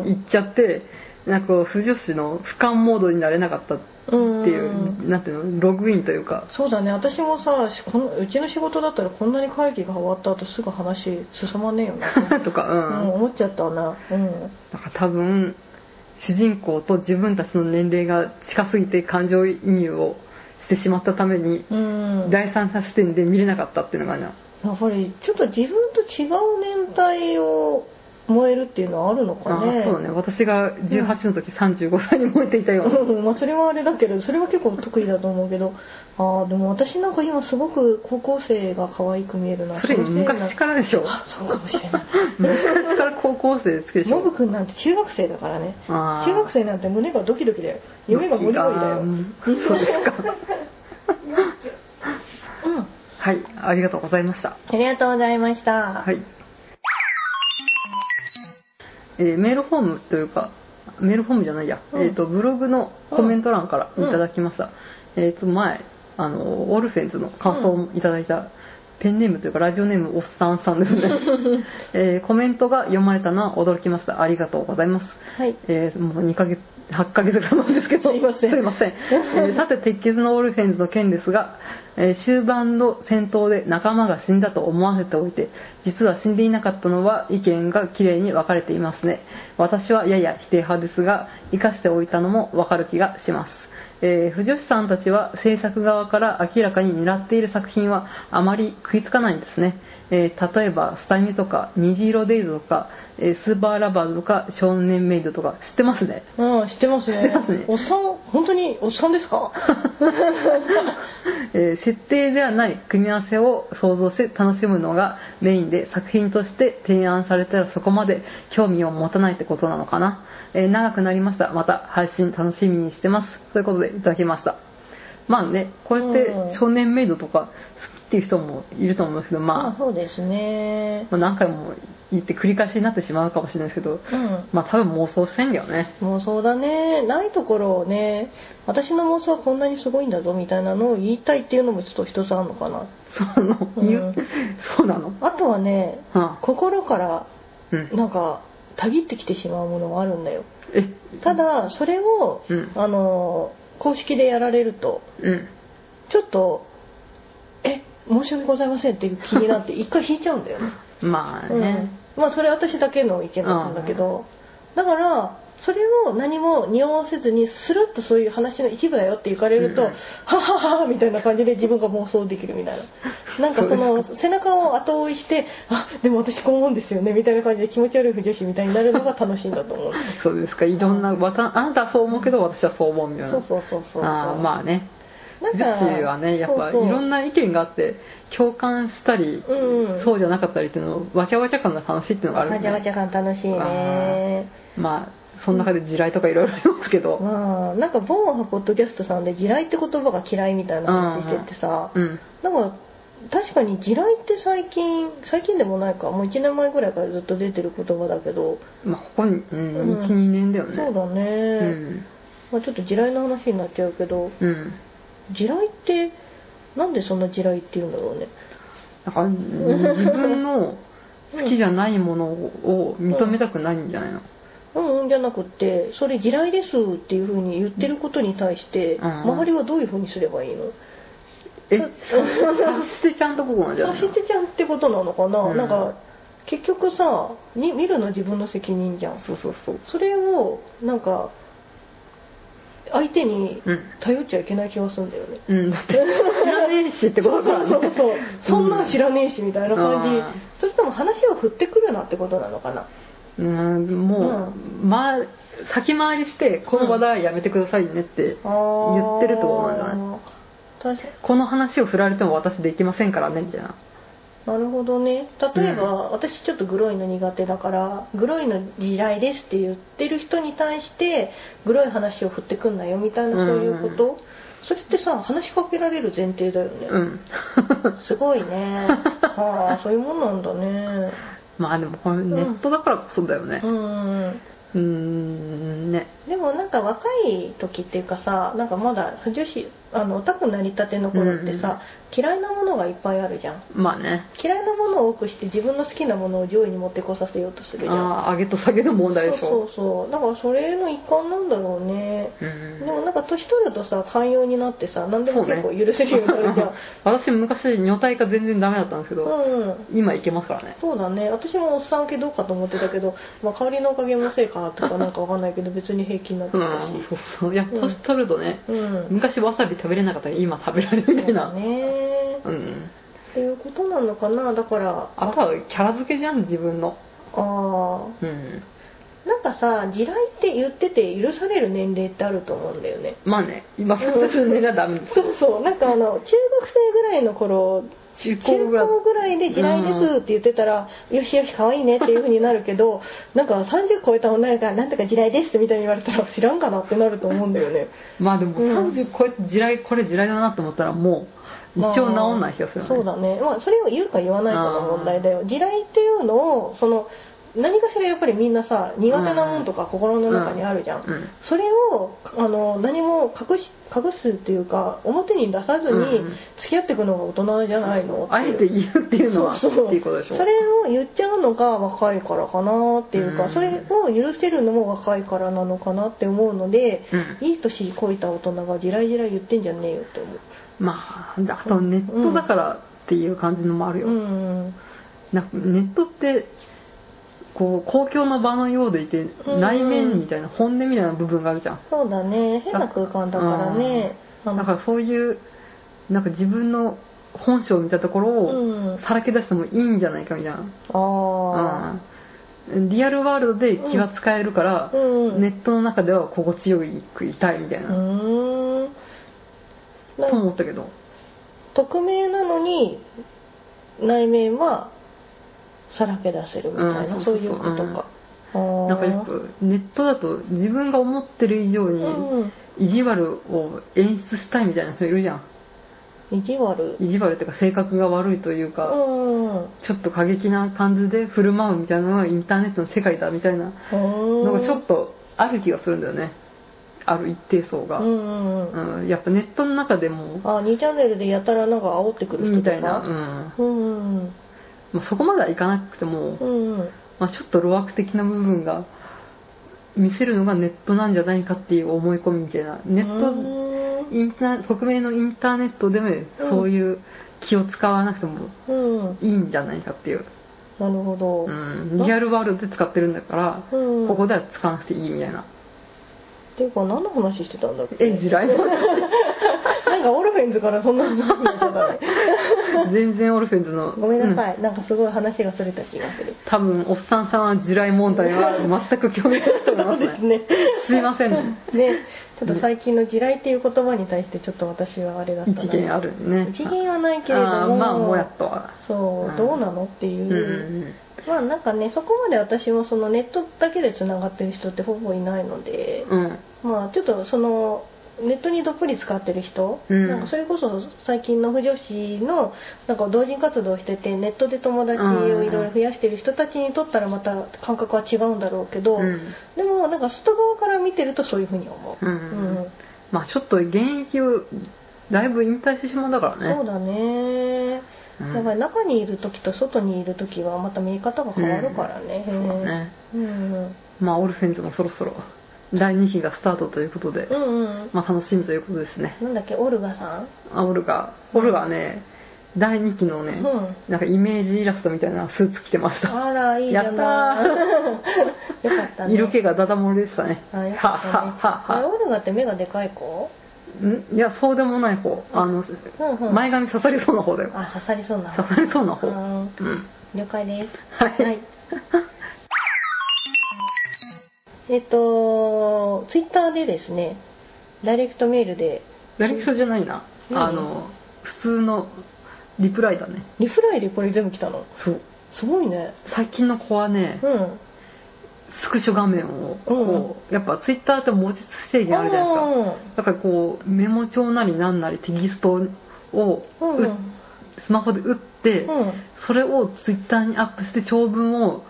S2: ん
S1: に行っちゃってなんかこう不女子の俯瞰モードになれなかったって
S2: って
S1: いう、なんていうのログインというか
S2: そうだね私もさしこのうちの仕事だったらこんなに会議が終わった後すぐ話進まねえよな
S1: とか、うん
S2: うん思っちゃったなうん
S1: なんか多分主人公と自分たちの年齢が近すぎて感情移入をしてしまったために、
S2: うん、や
S1: 第三者視点で見れなかったっていうのがね
S2: っぱりちょっと自分と違う年代を燃えるっていうのはあるのか
S1: あ
S2: ね
S1: ーそうだね私が18の時35歳に燃えていたような、
S2: うんまあそれはあれだけどそれは結構得意だと思うけどあーでも私なんか今すごく高校生が可愛く見えるな
S1: それ
S2: 小学生な
S1: 昔からで しょ
S2: あそうかもしれ ない
S1: 昔から高校生好きでし
S2: ノブ
S1: ょ
S2: 君なんて中学生だからね
S1: あー
S2: 中学生なんて胸がドキドキだよ夢がゴリゴリだよ
S1: あ
S2: う
S1: ーうんんそうですか はいありがとうございました
S2: ありがとうございました
S1: はい、えーメールフォームというかメールフォームじゃないや、
S2: うん
S1: えー、とブログのコメント欄から
S2: うん
S1: いただきました、えっ、と前あのオルフェンズの感想もいただいた、ペンネームというかラジオネームおっさんさんで すね、えーコメントが読まれたのは驚きましたありがとうございます
S2: はい
S1: えーもう2ヶ月8ヶ月ぐらい前ですけど
S2: すいません
S1: えーさて鉄血のオルフェンズの件ですが、えー終盤の戦闘で仲間が死んだと思わせておいて実は死んでいなかったのは意見がきれいに分かれていますね私はやや否定派ですが生かしておいたのも分かる気がしますえー、不女子さんたちは制作側から明らかに狙っている作品はあまり食いつかないんですね、えー例えば「スタイミ」とか「虹色デイズ」とか、えースーパーラバーズ」とか「少年メイド」とか知ってますね
S2: うん、知ってます
S1: 知っ
S2: ね
S1: てますね。
S2: おっさん、本当におっさんですか。
S1: えー設定ではない組み合わせを想像して楽しむのがメインで作品として提案されたらそこまで興味を持たないってことなのかな、えー長くなりましたまた配信楽しみにしてますということでいただきましたまあねこうやって
S2: うん
S1: 少年メイドとか好きっていう人もいると思うんですけど、
S2: あ、
S1: まあ、
S2: そうですね。
S1: まあ何回も言って繰り返しになってしまうかもしれないですけど
S2: うん。
S1: まあ多分妄想してんだよね
S2: 妄想だね。ないところをね、私の妄想はこんなにすごいんだぞみたいなのを言いたいっていうのもちょっと一つあるのかな。
S1: その、
S2: うん
S1: 言うそうなの
S2: あとはね、
S1: うん
S2: 心から
S1: うん
S2: なんかたぎってきてしまうものがあるんだよ。
S1: え
S2: ただそれを
S1: うん
S2: あの公式でやられると
S1: うん
S2: ちょっとえ申し訳ございませんっていう気になって一回引いちゃうんだよね。
S1: まあ
S2: うん
S1: ね、
S2: まあそれ私だけの意見だったんだけど、だからそれを何も匂わせずにスルッとそういう話の一部だよって言かれると、
S1: うん
S2: ははははみたいな感じで自分が妄想できるみ たいななんかその背中を後追いしてあでも私こう思うんですよねみたいな感じで気持ち悪い不女子みたいになるのが楽しいんだと思う
S1: そうですかいろんなわたあなたはそう思うけど私はそう思うみたいな
S2: そうそうそうそう
S1: あーまあね
S2: なん
S1: 女子はねやっぱい
S2: そうそう
S1: ろんな意見があって共感したり、
S2: うん
S1: そうじゃなかったりっていうのわちゃわちゃ感が楽しいっていうのがある
S2: ガ
S1: ん
S2: チャガチ
S1: で
S2: ャ感楽しいね
S1: まあその中で地雷とかいろいろありますけど
S2: まあなんか某ポッドキャストさんで地雷って言葉が嫌いみたいな話しててさ、
S1: うん
S2: だから確かに地雷って最近最近でもないかもう1年前ぐらいからずっと出てる言葉だけど、
S1: まあここに、うん
S2: うん
S1: 12年だよね
S2: そうだね、
S1: うん
S2: まあ、ちょっと地雷の話になっちゃうけど
S1: うん
S2: 地雷ってなんでそんな地雷って言うんだろうね
S1: なんか自分の好きじゃないものを認めたくないんじゃないの、
S2: うんうんじゃなくってそれ地雷ですっていうふうに言ってることに対して、
S1: うん
S2: 周りはどういうふうにすればいいの
S1: え察してちゃんと僕なんじゃ ない
S2: 走
S1: の
S2: ってちゃんってことなのかな、
S1: うん
S2: なんか結局さに見るの自分の責任じゃん
S1: そうそうそう
S2: それをなんか相手に
S1: うん
S2: 頼っちゃいけない気がするんだよね
S1: うんだって知らねえしってことだからね
S2: そうそうそうそんなん知らねえしみたいな感じ、
S1: うん
S2: それとも話を振ってくるなってことなのかな
S1: うんもう、まあ、先回りしてこの話題はやめてくださいねって、言
S2: 言
S1: ってるってことなんじゃない
S2: 確か
S1: この話を振られても私できませんからねみたいな
S2: なるほどね例えば、
S1: う
S2: 私ちょっとグロいの苦手だからグロいの地雷ですって言ってる人に対してグロい話を振ってくんなよみたいなそういうこと、それってさ話しかけられる前提だよね、
S1: うん
S2: すごいねああそういうもんなんだね
S1: まあでもこれネットだからこそだよね
S2: うんうん
S1: うーんね
S2: でもなんか若い時っていうかさなんかまだ女子あのオタクになりたての頃ってさ、嫌いなものがいっぱいあるじゃん
S1: まあね
S2: 嫌いなものを多くして自分の好きなものを上位に持ってこさせようとするじゃん
S1: ああ上げと下げの問題でし
S2: そ
S1: ょ
S2: うそうそうだからそれの一環なんだろうね
S1: う
S2: で
S1: ん
S2: もなんか年取るとさ寛容になってさ何でも結構許せるようになる じゃん
S1: 私昔女体化全然ダメだったんですけ
S2: う,、
S1: ど、
S2: ん
S1: 今いけますからね
S2: そうだね私もおっさん系どうかと思ってたけど、まあ、香りのおかげのせいかとかなんかわかんないけど別に平気になって
S1: う
S2: た
S1: ん
S2: し
S1: そうそういや年取るとね、
S2: うん、
S1: 昔わさび食べれなかったけど今食べられるみた
S2: そう
S1: い
S2: だ
S1: な
S2: ね
S1: うん
S2: っていうことなのかなだから
S1: あとはキャラ付けじゃん自分の
S2: あ
S1: うん
S2: ーなんかさ地雷って言ってて許される年齢ってあると思うんだよね
S1: まあね今私の値段ダメです
S2: そうそうなんかあの中学生ぐらいの頃
S1: 中
S2: 中
S1: 高ぐらい
S2: 高ぐらいで「地雷です」って言ってたら「よしよし可愛いね」っていう風になるけど なんか30超えた女が「なんとか地雷です」みたいに言われたら知らんかなってなると思うんだよね
S1: まあでも
S2: うん
S1: 30超えて地雷これ地雷だなと思ったらも う一
S2: まあ
S1: 応治んない気がするよね
S2: そうだね、まあ、それを言うか言わないかの問題だよ地雷っていうのをその何かしらやっぱりみんなさ苦手なもんとか心の中にあるじゃん、
S1: うん
S2: それをあの何も隠し隠すっていうか表に出さずに
S1: うん
S2: 付き合っていくのが大人じゃないの
S1: あえて
S2: う
S1: 言うっていうのは
S2: そうそう
S1: っていうことでしょ
S2: それを言っちゃうのが若いからかなっていうか、
S1: うん
S2: それを許せるのも若いからなのかなって思うので
S1: うん
S2: いい年こいた大人がじらいじらい言ってんじゃねえよって思う
S1: まあであとネットだからっていう感じのもあるよ、
S2: うん
S1: なんかネットってこう公共の場のようでいて
S2: ん
S1: 内面みたいな本音みたいな部分があるじゃん
S2: そうだね変な空間だからねあの
S1: だからそういうなんか自分の本性を見たところを
S2: うん
S1: さらけ出してもいいんじゃないかみたい
S2: ああ
S1: な、うん、リアルワールドで気は使えるから、
S2: うん
S1: ネットの中では心地よくいたいみたいうな、
S2: ーんなん
S1: と
S2: か
S1: 思ったけど
S2: 匿名なのに内面はさらけ出せるみたいな、
S1: うん
S2: そういうことか、あー
S1: なんかよくネットだと自分が思ってる以上に
S2: うん
S1: 意地悪を演出したいみたいな人いるじゃん
S2: 意地悪
S1: 意地悪っていうか性格が悪いという
S2: う
S1: か、
S2: んうん
S1: ちょっと過激な感じで振る舞うみたいなのがインターネットの世界だみたいなのがちょっとある気がするんだよねある一定層が、
S2: う
S1: うん
S2: んうんうん
S1: やっぱネットの中でも
S2: あ2チャンネルでやたらなんか煽ってくる人とか
S1: みたいな、う
S2: う
S1: ん
S2: んうん
S1: まあ、そこまではいかなくても、
S2: うんうん
S1: まあ、ちょっと露悪的な部分が見せるのがネットなんじゃないかっていう思い込みみたいなネット、インター匿名のインターネットでもそういう気を使わなくても
S2: うんうん
S1: いいんじゃないかっていう、
S2: なるほど
S1: う、ん、リアルワールドで使ってるんだから、
S2: うん
S1: ここでは使わなくていいみたいな
S2: っていうか何の話してたんだっけ
S1: え地雷 の
S2: なんかオルフェンズからそんな話 になっちゃったね
S1: 全然オルフェンズの
S2: ごめんな
S1: うん
S2: さい、なんかすごい話がそれた気がする
S1: 多分おっさんさんは地雷問題は全く興味ないと思います
S2: です
S1: ね
S2: ね
S1: すいません
S2: ねちょっと最近の地雷っていう言葉に対してちょっと私はあれだったな
S1: 一元あるね
S2: 一元はないけれど
S1: あー
S2: も
S1: まあもやっとは
S2: そう、
S1: うん
S2: どうなのっていうう、
S1: んうん
S2: まあなんかねそこまで私もそのネットだけでつながってる人ってほぼいないので、
S1: うんうん
S2: まあちょっとそのネットにどっぷり使ってる人、
S1: うん
S2: なんかそれこそ最近の不女子のなんか同人活動しててネットで友達をいろいろ増やしてる人たちにとったらまた感覚は違うんだろうけど、
S1: うん
S2: でもなんか外側から見てるとそういうふうに思う、
S1: う
S2: うん
S1: まあちょっと現役をだいぶ引退してしまうんだから
S2: そう
S1: ね
S2: だね
S1: うん
S2: やっぱり中にいる時と外にいる時はまた見え方が変わるからね、
S1: そうだね
S2: うんうん
S1: まあオルフェンズもそろそろ第2期がスタートということで、
S2: うんうん
S1: まあ楽しみということですね
S2: なんだっけオルガさん
S1: あオルガオルガはね第2期のね、
S2: うん
S1: なんかイメージイラストみたいなスーツ着てました
S2: あらいいじゃない よかったね
S1: 色気がダダ漏れでしたね
S2: あよ
S1: はっ
S2: かったねあ
S1: はっはっは
S2: れオルガって目がでかい子
S1: んいやそうでもない方あの、
S2: うんうん
S1: 前髪刺さりそうな方だよ
S2: あ刺さりそうな
S1: 刺さりそうな方うん
S2: うん了解です
S1: はい、
S2: はい えっとツイッターでですねダイレクトメールで
S1: ダイレクトじゃないな、
S2: うん
S1: あの普通のリプライだね
S2: リフライでこれ全部来たの
S1: そう
S2: すごいね
S1: 最近の子はね
S2: うん
S1: スクショ画面をこう、やっぱツイッターって文字制限あるじゃないですかだからこうメモ帳なりなんなりテキストを
S2: うん
S1: う
S2: うん
S1: スマホで打って、
S2: うん
S1: それをツイッターにアップして長文を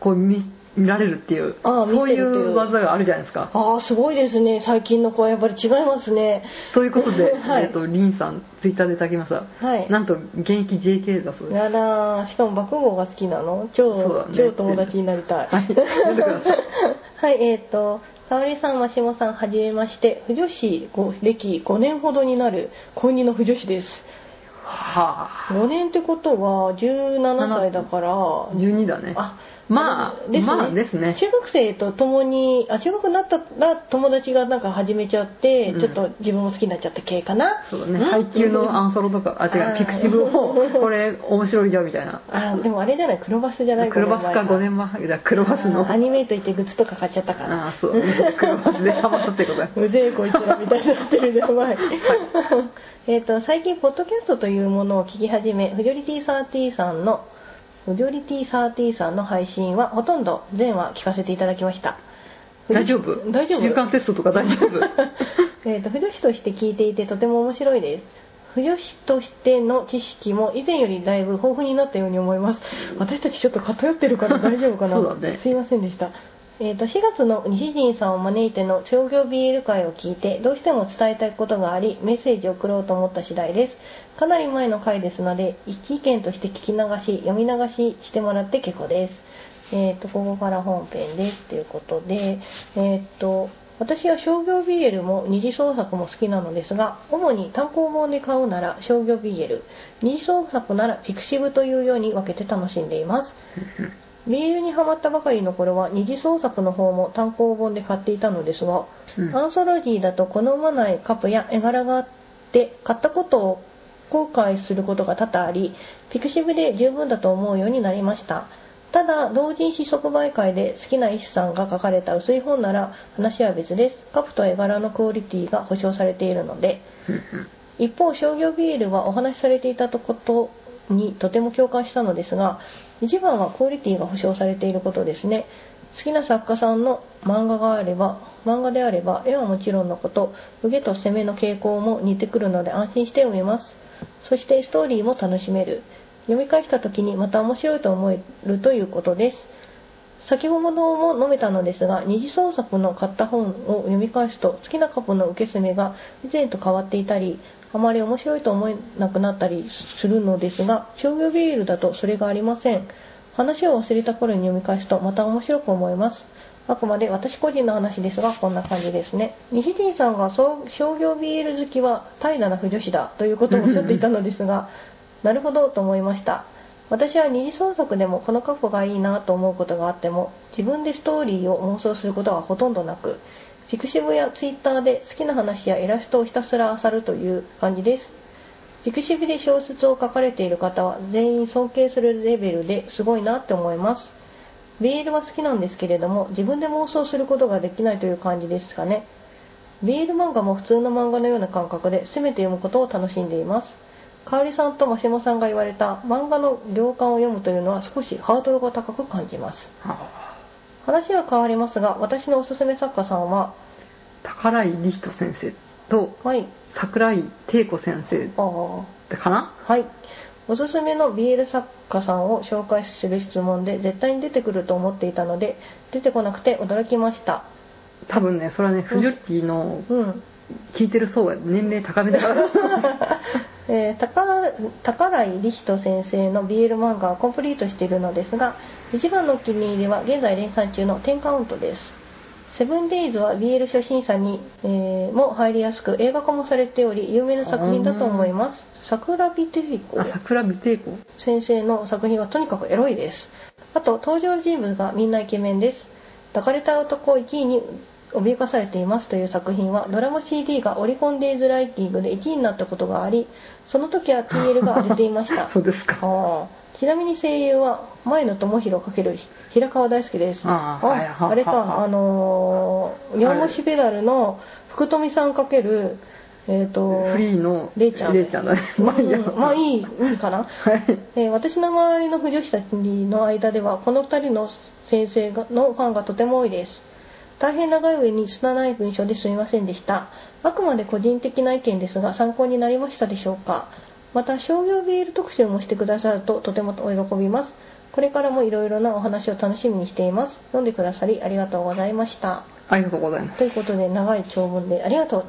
S1: こう見見られるっていう
S2: ああ見
S1: そう
S2: て
S1: い
S2: るっていう
S1: う技があるじゃないですか
S2: ああすごいですね最近の子はやっぱり違いますね
S1: ということで、
S2: はい
S1: えっとリンさんツイッターでいただきました
S2: はい
S1: なんと現役 JK だそうです
S2: やだーしかも爆豪が好きなの超、
S1: そうだね
S2: 超友達になりたい
S1: はい読んでください
S2: はい、えっ、と、かおりさん、ましもさん、はじめまして、不女子ご歴5年ほどになる、高2の不女子です。
S1: はあ
S2: 5年ってことは、17歳だから、
S1: 12だね
S2: あ、
S1: まあ、
S2: ですね
S1: まあですね
S2: 中学生と共に、あ、中学になったら友達がなんか始めちゃって、
S1: うん
S2: ちょっと自分も好きになっちゃった系かな。
S1: そうだね
S2: うん
S1: 配給のアンソロとかあ
S2: あ
S1: 違
S2: ー
S1: うピクシブをこれ面白いよみたいな
S2: あ、でもあれじゃない、黒バスじゃない
S1: 黒バスか5年前だ黒バスの
S2: あアニメといってグッズとか買っちゃったから。
S1: ああそうね黒バスでハマったってことだ
S2: うぜえこいつらみたいになってるでやばいえっと最近ポッドキャストというものを聞き始めフジョリティサーティさんのフジョリティサーティさんの配信はほとんど全話聞かせていただきました
S1: 大丈 夫
S2: 大丈夫
S1: 週刊テストとか大丈 夫
S2: えっと不女子として聞いていてとても面白いです不女子としての知識も以前よりだいぶ豊富になったように思います私たちちょっと偏ってるから大丈夫かな
S1: そうだね
S2: すいませんでしたえー、と4月の西陣さんを招いての商業 BL 会を聞いてどうしても伝えたいことがありメッセージを送ろうと思った次第ですかなり前の回ですので一意見として聞き流し読み流ししてもらって結構ですえー、とここから本編ですということで、えー、と私は商業 BL も二次創作も好きなのですが主に単行本で買うなら商業 BL 二次創作ならフィクシブというように分けて楽しんでいます BL にハマったばかりの頃は二次創作の方も単行本で買っていたのですが
S1: うん
S2: アンソロジーだと好まないカップや絵柄があって買ったことを後悔することが多々ありピクシブで十分だと思うようになりましたただ同人誌即売会で好きな医師さんが書かれた薄い本なら話は別ですカップと絵柄のクオリティが保証されているので一方商業ビールはお話しされていたことにとても共感したのですが一番はクオリティが保証されていることですね好きな作家さんの漫画があれば漫画であれば絵はもちろんのこと受けと攻めの傾向も似てくるので安心して読めますそしてストーリーも楽しめる読み返した時にまた面白いと思えるということです先ほども述べたのですが二次創作の買った本を読み返すと好きな過去の受け攻めが以前と変わっていたりあまり面白いと思えなくなったりするのですが商業ビールだとそれがありません話を忘れた頃に読み返すとまた面白く思いますあくまで私個人の話ですがこんな感じですね西陣さんがそう商業ビール好きは怠惰な不女子だということをおっしゃっていたのですがなるほどと思いました私は二次創作でもこの過去がいいなと思うことがあっても自分でストーリーを妄想することはほとんどなくフィクシブやツイッターで好きな話やイラストをひたすら漁るという感じですフィクシブで小説を書かれている方は全員尊敬するレベルですごいなって思います BL は好きなんですけれども自分で妄想することができないという感じですかね BL 漫画も普通の漫画のような感覚で全て読むことを楽しんでいますかおりさんとマシモさんが言われた漫画の行間を読むというのは少しハードルが高く感じます
S1: はあ
S2: 話は変わりますが私のおすすめ作家さんは
S1: 宝井理人先生と
S2: はい
S1: 桜井帝子先生
S2: あー
S1: かな
S2: はい。おすすめの BL 作家さんを紹介する質問で絶対に出てくると思っていたので出てこなくて驚きました。
S1: 多分ねそれはねフジョリティの
S2: うん。
S1: 聞いてる層が年齢高めだから
S2: えー高高台理人先生の BL 漫画はコンプリートしているのですが一番のお気に入りは現在連載中の「10カウント」ですセブンデイズは BL 初心者に、えーも入りやすく映画化もされており有名な作品だと思います桜火テフィコ
S1: あ、桜見ていこう。
S2: 先生の作品はとにかくエロいですあと登場人物がみんなイケメンです抱かれた男を1位に脅かされていますという作品はドラマ CD がオリコンデイズライキングで1位になったことがありその時は TL が荒れていました
S1: そうですか。
S2: あーちなみに声優は前野智弘かける平川大輔です
S1: あーはいは
S2: あれ
S1: はは
S2: かあのー「よもしペダル」の福富さんかけるえっ、と
S1: フリーの
S2: レイちゃん
S1: レイちゃんだね。まあいいや。
S2: うんまあいいいいかな
S1: はい。
S2: えー私の周りの不女子たちの間ではこの2人の先生がのファンがとても多いです大変長い上に拙い文章ですみませんでしたあくまで個人的な意見ですが参考になりましたでしょうかまた商業 BL 特集もしてくださるととてもお喜びますこれからもいろいろなお話を楽しみにしています読んでくださりありがとうございました
S1: ありがとうございます。
S2: ということで長い長文でありがとう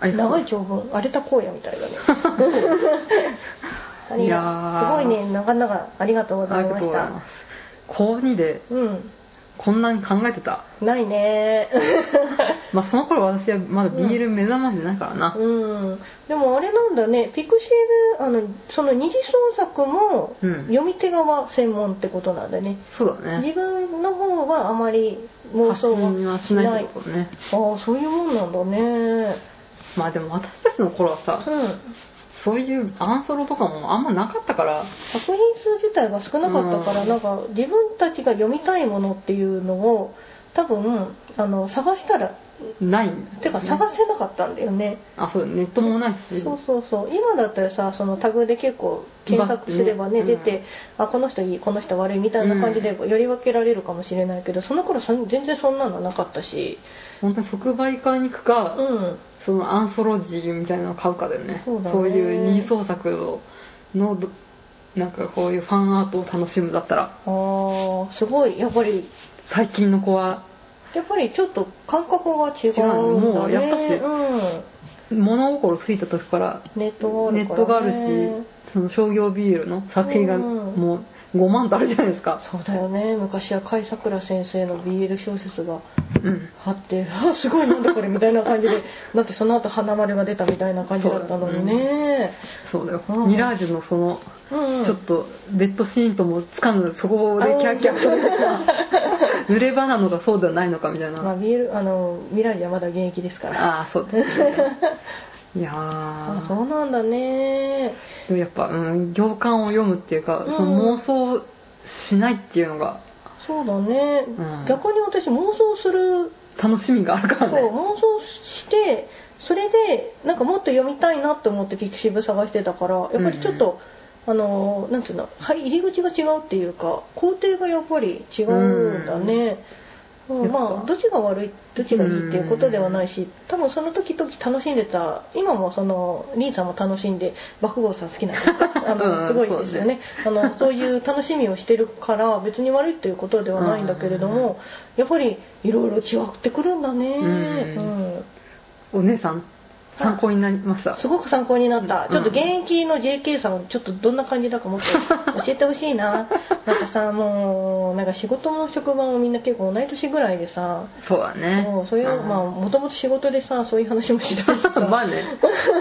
S1: ありがとうご
S2: 長
S1: ざ
S2: い
S1: ます
S2: 長文荒れた荒野みたいだ ねあり
S1: いや
S2: が
S1: ー
S2: すごいね長々ありがとうございました
S1: す。高2で
S2: うん
S1: こんなに考えてた。
S2: ないね
S1: まあその頃私はまだ
S2: うん
S1: BL 目覚ましてないからな。
S2: うんでもあれなんだねピクシルあのその二次創作も
S1: うん
S2: 読み手側専門ってことなんだね
S1: そうだね。
S2: 自分の方はあまり妄
S1: 発
S2: 想
S1: 信
S2: は
S1: は
S2: し
S1: しな
S2: ないい
S1: ってことね。
S2: ああそういうもんなんだね
S1: まあでも私たちの頃はさ、
S2: うん
S1: そういうアンソロとかもあんまなかったから、
S2: 作品数自体が少なかったから、
S1: うん
S2: なんか自分たちが読みたいものっていうのを多分あの探したら
S1: ない。
S2: てか探せなかったんだよね、
S1: あ、そう、ネットもないし。
S2: そうそうそう今だったらさそのタグで結構検索すればね
S1: うん
S2: 出て、あこの人いいこの人悪いみたいな感じでより分けられるかもしれないけどその頃そん全然そんなのなかったし
S1: 本当に即売会に行く
S2: う
S1: か、
S2: ん
S1: そのアンソロジーみたいなのを買うかだよね
S2: そうだね
S1: いう二次創作のどなんかこういうファンアートを楽しむだったら
S2: あーすごいやっぱり
S1: 最近の子は
S2: やっぱりちょっと感覚が違うんだね
S1: 違うもうやっぱし
S2: うん
S1: 物心ついた時から
S2: ネットがあ
S1: ネ
S2: るから、ね、
S1: ットがあるしその商業ビールの作品が
S2: うん
S1: もう5万とあるじゃないですか
S2: そうだよね昔は甲斐さくら先生の BL 小説が
S1: うん
S2: あって「 あすごいなんだこれ」みたいな感じ でだってその後花丸が出たみたいな感じだったのにね
S1: そうだよ、
S2: うん
S1: ミラージュのその
S2: うん、うん、
S1: ちょっとベッドシーンともつかぬそこでキャーキャーする濡れ場なのかそうではないのかみたいな、
S2: まあ、BL あの未来はまだ現役ですから
S1: ああそうで すねいやー
S2: あそうなんだね
S1: でもやっぱ、うん、行間を読むっていうか、
S2: うん
S1: その妄想しないっていうのが、
S2: そうだね、
S1: うん
S2: 逆に私妄想する
S1: 楽しみがあるか
S2: そう
S1: らね
S2: 妄想してそれでなんかもっと読みたいなって思ってピクシブ探してたからやっぱりちょっと、あのーなんていうのはい入り口が違うっていうか工程がやっぱり違うんだね、うん
S1: やっぱ
S2: まあどっちが悪いどっちがいいっていうことではないし多分その時々楽しんでた今もそのリーさんも楽しんで爆豪さん好きなんです かあ
S1: うん
S2: のすごいですよねあのそういう楽しみをしてるから別に悪いっていうことではないんだけれどもやっぱりいろいろ違ってくるんだね、
S1: ん
S2: うん
S1: お姉さん参考になりました
S2: すごく参考になった、
S1: うん
S2: ちょっと現役の JK さんをちょっとどんな感じだかもっ と教えてほしいななんかさもうなんか仕事も職場もみんな結構同い年ぐらいでさ
S1: そうだね
S2: もうそういう
S1: うん
S2: まあもともと仕事でさそういう話もしないしさ
S1: ま あね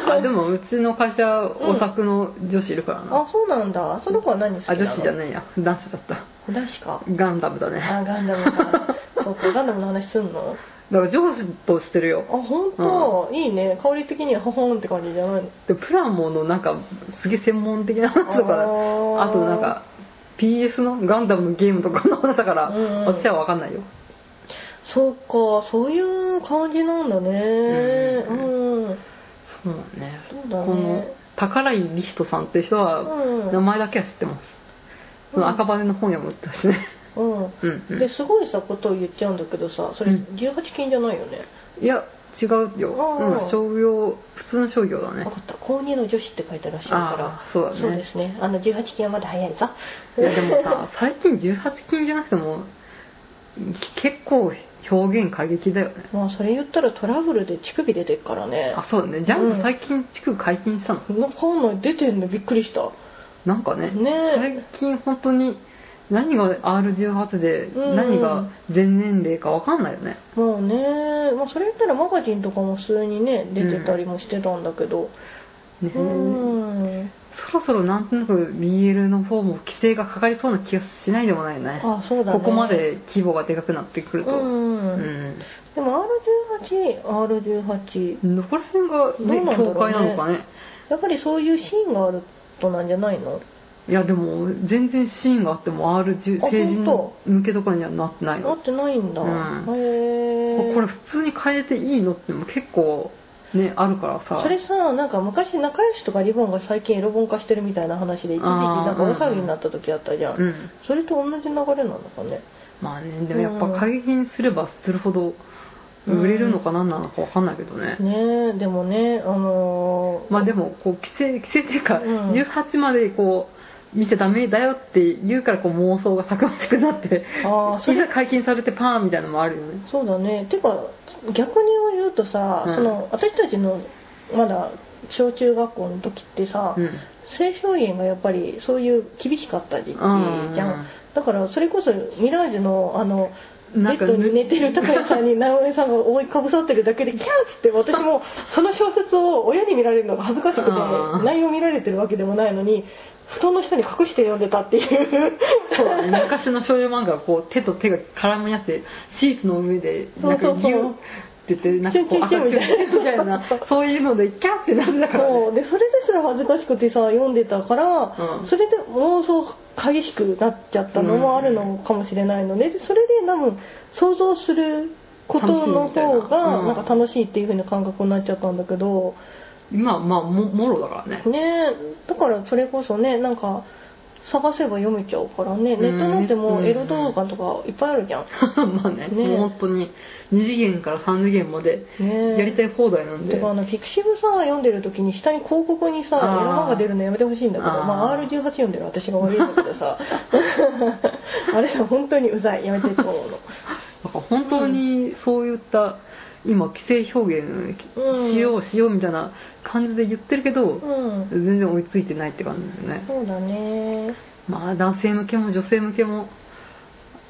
S1: あでもうちの会社オタクの女子いるからな、
S2: あそうなんだその子は何好き
S1: あ
S2: なの
S1: 女子じゃないや男子だった
S2: 男子か
S1: ガンダムだねだか
S2: あガンダム かそうかガンダムの話すんの
S1: ら上司としてる
S2: あ
S1: よ
S2: 本当、いいね香り的にはほほんって感じじゃないの
S1: でプラモのなんかすげえ専門的な話とか
S2: あ
S1: あとなんか PS のガンダムゲームとかの話だから、
S2: うんうん
S1: 私は分かんないよ
S2: そうかそういう感じなんだねう
S1: う
S2: ん、
S1: そうだね
S2: そうだ
S1: この
S2: ね
S1: 宝井理人さんっていう人は
S2: うん
S1: 名前だけは知ってます、その赤羽の本屋も売ったしね
S2: うん
S1: うん、うん
S2: ですごいさことを言っちゃうんだけどさそれ
S1: うん
S2: 18禁じゃないよね、
S1: いや違うよ、
S2: あー
S1: うん、商業普通の商業だね
S2: 分かった高2の女子って書いてらっしゃる
S1: あ
S2: か
S1: あそう
S2: ら
S1: だね
S2: そうですねあの18禁はまだ早いぞ
S1: いやでもさ最近18禁じゃなくてもき結構表現過激だよね
S2: まあそれ言ったらトラブルで乳首出てっからね
S1: あそうだねジャン
S2: うん
S1: プ最近地区解禁したの
S2: なんかんない出てんのびっくりした
S1: なんかね
S2: ね
S1: 最近本当に何が R18 で
S2: うん
S1: 何が全年齢か分かんないよね、
S2: もうね、まあ、それ言ったらマガジンとかも普通にね出てたりもしてたんだけど
S1: ね
S2: うん
S1: そろそろなんとなく BL の方も規制がかかりそうな気がしないでもないよね
S2: あそうだね
S1: ここまで規模がでかくなってくる
S2: う
S1: と、
S2: ん、
S1: うん
S2: でも R18R18
S1: どこら辺が、
S2: どうなんだ
S1: ね、
S2: ろうね
S1: 境界なのかね
S2: やっぱりそういうシーンがあるとなんじゃないの
S1: いやでも全然シーンがあっても R 1
S2: あ
S1: 成人
S2: 本
S1: 向けとかにはなってない
S2: な
S1: の
S2: ってないんだ、
S1: うん
S2: へえ
S1: これ普通に変えていいのっても結構ねあるからさ
S2: それさなんか昔仲良しとかリボンが最近エロ本化してるみたいな話で一時期なんか大騒ぎになった時あったじゃん、
S1: うん
S2: それと同じ流れなのかね
S1: まあねでもやっぱ過激にすればするほど売れるのか何なのかわかんないけどね、
S2: ねえでもねあのー
S1: まあでもこう規制規制っていうか、
S2: うん
S1: 18までこう見ちゃダメだよって言うからこう妄想がたくましくなって
S2: ああそ
S1: い
S2: れ
S1: ざ解禁されてパーンみたいなのもあるよね
S2: そうだねてか逆に言うとさ、
S1: うん
S2: その私たちのまだ小中学校の時ってさ、
S1: うん
S2: 青少年がやっぱりそういう厳しかった時期じゃ
S1: うん
S2: ん、だからそれこそミラージュのあの
S1: な
S2: ベ
S1: んか
S2: ッドに寝てる高井さんに直江さんが覆いかぶさってるだけでキャーっつって私 もその小説を親に見られるのが恥ずかしくて
S1: あー
S2: 内容見られてるわけでもないのに布団の下に隠して読んでたっていう
S1: そうだね、昔の少女漫画はこう手と手が絡み合ってシーツの上でなんか
S2: そうそうそう
S1: ギュッって言ってなんかこう
S2: チュンチュンチュンみたいな
S1: 赤チュンチュンみたいなそういうのでキャッてなってたからね、
S2: そうでそれですら恥ずかしくてさ読んでたから、
S1: うん
S2: それで妄想激しくなっちゃったのもあるのかもしれないのででそれで多分想像することの方が
S1: 楽しいみたいなうん
S2: なんか楽しいっていう風な感覚になっちゃったんだけど、
S1: 今はまあももろだからね
S2: ねえだからそれこそねなんか探せば読めちゃうからね
S1: うん
S2: ネットなんてもう
S1: うん
S2: エロ動画とかいっぱいあるじゃん、
S1: まあね
S2: ね
S1: もう本当に2次元から3次元まで
S2: ねえ
S1: やりたい放題なんで、
S2: てかあのフィクシブさ読んでる時に下に広告にさエロ
S1: あー
S2: 漫画出るのやめてほしいんだけど
S1: あー
S2: まあ、R18 読んでる私が悪いんだけど さあれは本当にうざいやめてと思うの
S1: だから本当にそういった今規制表現
S2: うん
S1: しようしようみたいな感じで言ってるけど、
S2: うん
S1: 全然追いついてないって感じだよね、
S2: そうだね
S1: まあ男性向けも女性向けも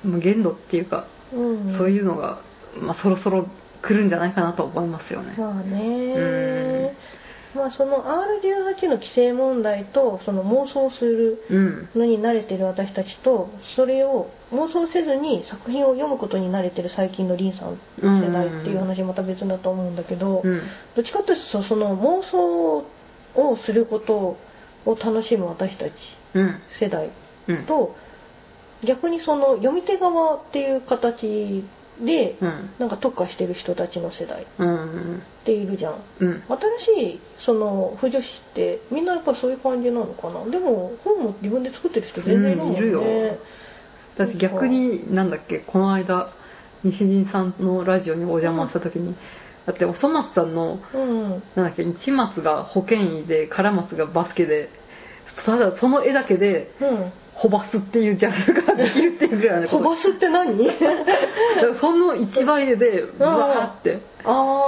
S1: まあ限度っていうか、
S2: うん
S1: そういうのが、まあ、そろそろ来るんじゃないかなと思いますよね、
S2: まあ
S1: う
S2: ねまあその R18 の規制問題とその妄想する
S1: うん
S2: のに慣れてる私たちとそれを妄想せずに作品を読むことに慣れてる最近のリンさん世代っていう話また別だと思うんだけど、
S1: うん
S2: どっちかというとその妄想をすることを楽しむ私たち
S1: うん
S2: 世代
S1: うん
S2: と逆にその読み手側っていう形で
S1: うん
S2: なんか特化してる人たちの世代っ
S1: うん
S2: ているじゃん
S1: うん
S2: 新しいその腐女子ってみんなやっぱそういう感じなのかなでも本も自分で作ってる人全然いるもんね、
S1: うんいるよだって逆になんだっけこの間西陣さんのラジオにお邪魔した時に、だっておそ松さんの
S2: うん
S1: なんだっけ一松が保健医で唐松がバスケでただその絵だけで
S2: う
S1: ホバスっていうジャンルができるっていうぐらい
S2: ん。
S1: の
S2: 飛ばすって何
S1: だからその一倍絵でわーって、
S2: あー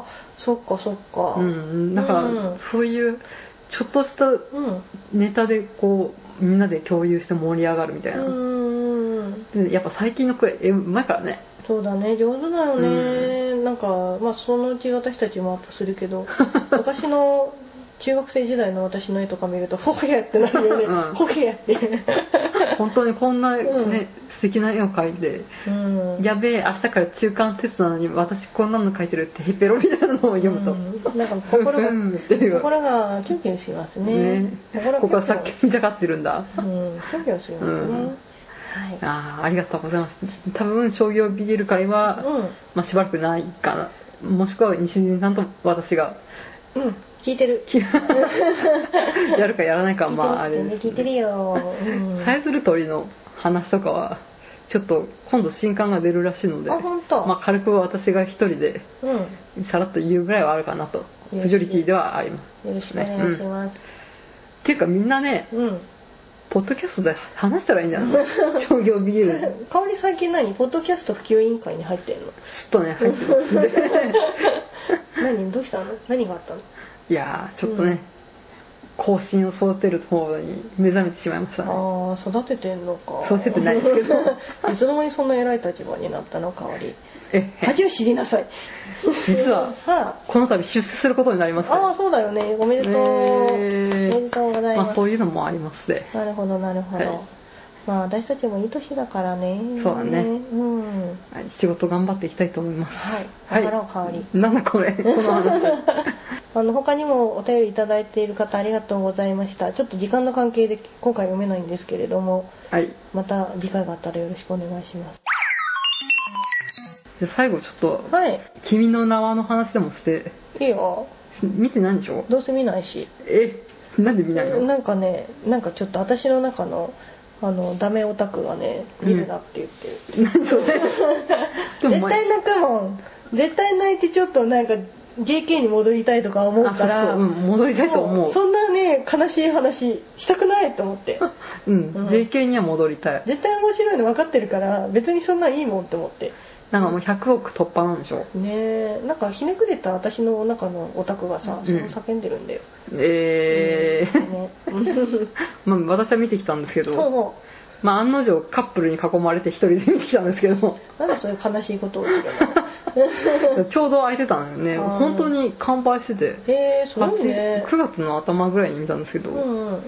S2: あ、そっかそっか。
S1: う。ん、だから
S2: うん
S1: そういうちょっとした
S2: うん。
S1: ネタでこうみんなで共有して盛り上がるみたいな、
S2: うん
S1: でやっぱ最近の声えうまいからね
S2: そうだね、上手だよね。なんか、まあそのうち私たちもアップするけ ど、昔の中学生時代の私の絵とか見ると、ほへやってなるよね。
S1: うん
S2: ほへやって。
S1: 本当にこんな、ね
S2: うん
S1: 素敵な絵を描いて、
S2: うん。
S1: やべえ明日から中間テストなのに私こんなの描いてるってヘペロみたいなのを読むと、
S2: うんなんか
S1: ふん
S2: 心
S1: ふ
S2: が、
S1: んっていう
S2: 心がキュンキュンしますね。
S1: ね
S2: 心が
S1: ここは
S2: キ
S1: さ
S2: ュン
S1: っ
S2: キュン
S1: き見たがってるんだ
S2: うん、キュンキュンしますね。
S1: うん
S2: はい。
S1: あーありがとうございます多分商業ビール会は、まあ、しばらくないかなもしくは西陣さんと私が
S2: うん、うん、聞いてる。
S1: やるかやらないかはまああれです
S2: 聞いてるよ。うん
S1: さえずる鳥の話とかはちょっと今度新刊が出るらしいので
S2: あ、本当。
S1: まあ、軽く私が一人で
S2: うん。よ
S1: さらっと言うぐらいはあるかなと
S2: うん
S1: フジョリティではあります
S2: ろしくお願いします。
S1: っていうかみんなね
S2: うん。
S1: ポッドキャストで話したらいいんじゃない 商業ビールちょ
S2: 香り最近何ポッドキャスト普及委員会に入ってんの
S1: っとね入ってますんで
S2: 何どうしたの何があったの
S1: いやーちょっとね、更新を育てる方に目覚めてしまいましたね
S2: ああ育ててんのか
S1: 育ててないですけ ど
S2: いつの間にそんな偉い立場になったの香り
S1: ええ
S2: 恥を知りなさい
S1: 実は
S2: あ
S1: この度出世することになりました
S2: あーそうだよねおめでとう、
S1: えー
S2: おめでとうござい
S1: ま
S2: ま
S1: あ
S2: す、
S1: そういうのもありまして
S2: なるほどなるほど、
S1: はい
S2: まあ私たちもいい年だからね
S1: そうだね
S2: うん
S1: はい仕事頑張っていきたいと思います
S2: はい
S1: はい
S2: 頑張ろう、香り
S1: なんだ これこの話
S2: あの他にもお便りいただいている方ありがとうございましたちょっと時間の関係で今回読めないんですけれども
S1: はい
S2: また次回があったらよろしくお願いします
S1: じゃあ最後ちょっと
S2: はい
S1: 「君の名は」の話でもして
S2: いいよ
S1: し見てないんでしょ
S2: どうせ見ないし
S1: えなんで見ないの
S2: なんかねなんかちょっと私の中のあのダメオタクがね見るなって言ってる、
S1: 何そ れでも
S2: 絶
S1: 前
S2: 対泣くもん絶対泣いてちょっとなんか JK に戻りたいとか思うから
S1: あそうそううん戻りたいと思う
S2: もそんなね悲しい話したくないと思 って
S1: うん
S2: うん
S1: JK には戻りたい
S2: 絶対面白いの分かってるから別にそんなんいいもんって思って
S1: なんかもう100億突破なんでしょ
S2: ねえなんかひねくれた私の中のオタクがさ、
S1: うん
S2: そう叫んでるんだよ
S1: え
S2: う
S1: ー
S2: んねそ
S1: まあ私は見てきたんですけ
S2: う
S1: ど、
S2: そ
S1: まあ、案の定カップルに囲まれて一人で見てきたんです けど
S2: うなんでそういう悲しいことをするの
S1: ちょうど空いてたのよね
S2: あー
S1: 本当に完売してて
S2: へえすごいね
S1: 8 9月の頭ぐらいに見たんですけど、
S2: うんうん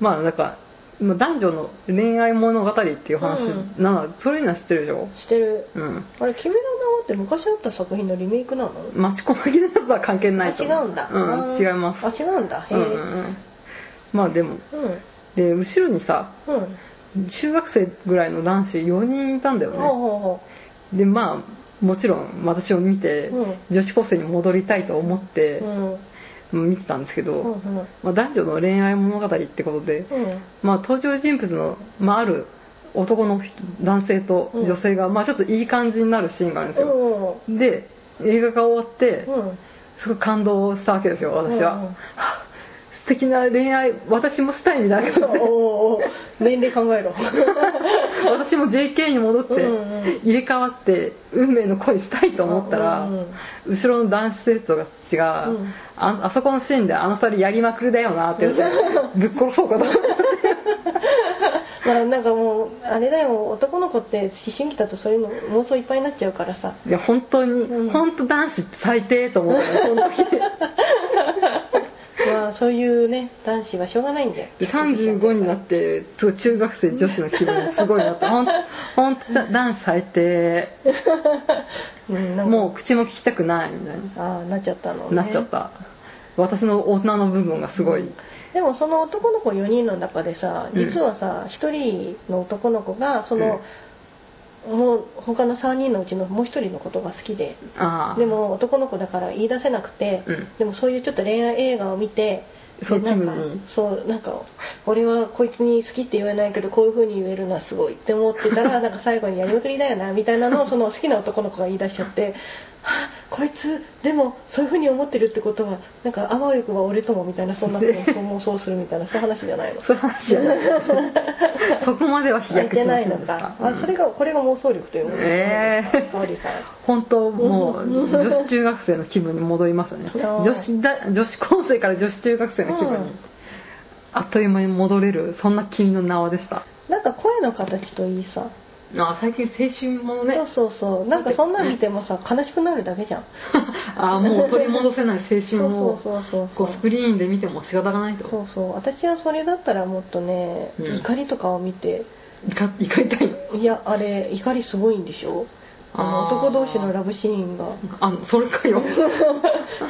S1: まあなんかまあ男女の恋愛物語っていう話、
S2: う
S1: なんかそれには知ってるでしょ
S2: してる
S1: うん
S2: あれ「君の名は」って昔あった作品のリメイクなの
S1: 町子巻きのやつは関係ないと思
S2: あ違うんだ
S1: うん
S2: あ
S1: 違
S2: ー
S1: います
S2: あ違うんだへ
S1: う
S2: え
S1: んうんうんまあで
S2: う
S1: も
S2: ん
S1: で後ろにさ
S2: うん
S1: 中学生ぐらいの男子4人いたんだよ
S2: ほ
S1: ね
S2: うほうほ
S1: でまあもちろん私を見て、
S2: うん
S1: 女子高生に戻りたいと思っ
S2: う
S1: て
S2: う、ん
S1: 見てたんですけど、
S2: うんうん
S1: まあ、男女の恋愛物語ってことで、
S2: うん
S1: まあ、登場人物の、まあ、ある男の人男性と
S2: うん
S1: 女性が、まあ、ちょっといい感じになるシーンがあるんですよ、
S2: うん
S1: で映画が終わって
S2: うん
S1: すごい感動したわけですよ私は、
S2: うんうん
S1: はあ素敵な恋愛私もしたいみたいな感じで
S2: おーおー年齢考えろ
S1: 私も JK に戻って、
S2: うんうん
S1: 入れ替わって運命の恋したいと思ったら、
S2: うんうん
S1: 後ろの男子生徒たちが、
S2: うん
S1: ああそこのシーンであの二人やりまくりだよなって言ってぶっ殺そ うかと思って
S2: まあなんかもうあれだよ男の子って思春期だとそういうの妄想いっぱいになっちゃうからさ
S1: いや本当に、
S2: うん
S1: 本当男子って最低と思ったよその時
S2: まあそういうね男子はしょうがないんだよ
S1: 35になってすごい中学生女子の気分すごいなって本当本当男子最低
S2: うんなんか
S1: もう口も聞きたくないみたいな、
S2: ああなっちゃったのね
S1: なっちゃった私の大人の部分がすごい、
S2: でもその男の子4人の中でさ
S1: うん
S2: 実はさ、1人の男の子がそ
S1: うん
S2: の、もう他の3人のうちのもう1人のことが好きで
S1: ああ
S2: でも男の子だから言い出せなくて、
S1: うん
S2: でもそういうちょっと恋愛映画を見て
S1: そっ
S2: で
S1: ち
S2: なんか
S1: に
S2: そうなんか俺はこいつに好きって言えないけどこういう風に言えるのはすごいって思ってた らなんか最後にやりまくりだよなみたいなのをその好きな男の子が言い出しちゃってはあこいつでもそういう風に思ってるってことはなんかあわよくば俺ともみたいなそんなことを妄想するみ たいなそういう話じゃないの
S1: そういう話じゃない そこまでは飛
S2: い
S1: 躍
S2: け
S1: しま
S2: な
S1: せ
S2: い
S1: んで
S2: の
S1: し
S2: か
S1: た、
S2: あそれがこれが妄想力というもの
S1: ええ
S2: 香織さん
S1: 本当もう
S2: うん
S1: 女子中学生の気分に戻りましたね
S2: あー
S1: 女子だ女子高生から女子中学生の気分に、
S2: うん
S1: あっという間に戻れるそんな君の名はでした
S2: なんか声の形といいさ
S1: あ最近青春もの
S2: そうそうそうなんかそんなん見てもさ悲しくなるだけじゃん
S1: ああもう取り戻せない青
S2: そ
S1: 春
S2: うそ
S1: を
S2: うそうそうそ
S1: こ
S2: う
S1: うスクリーンで見ても仕方がないと
S2: そうそう私はそれだったらもっとね、
S1: うん
S2: 怒りとかを見て
S1: 怒怒りたい
S2: いやあれ怒りすごいんでしょあの
S1: あー
S2: 男同士のラブシーンが
S1: あのそれかよ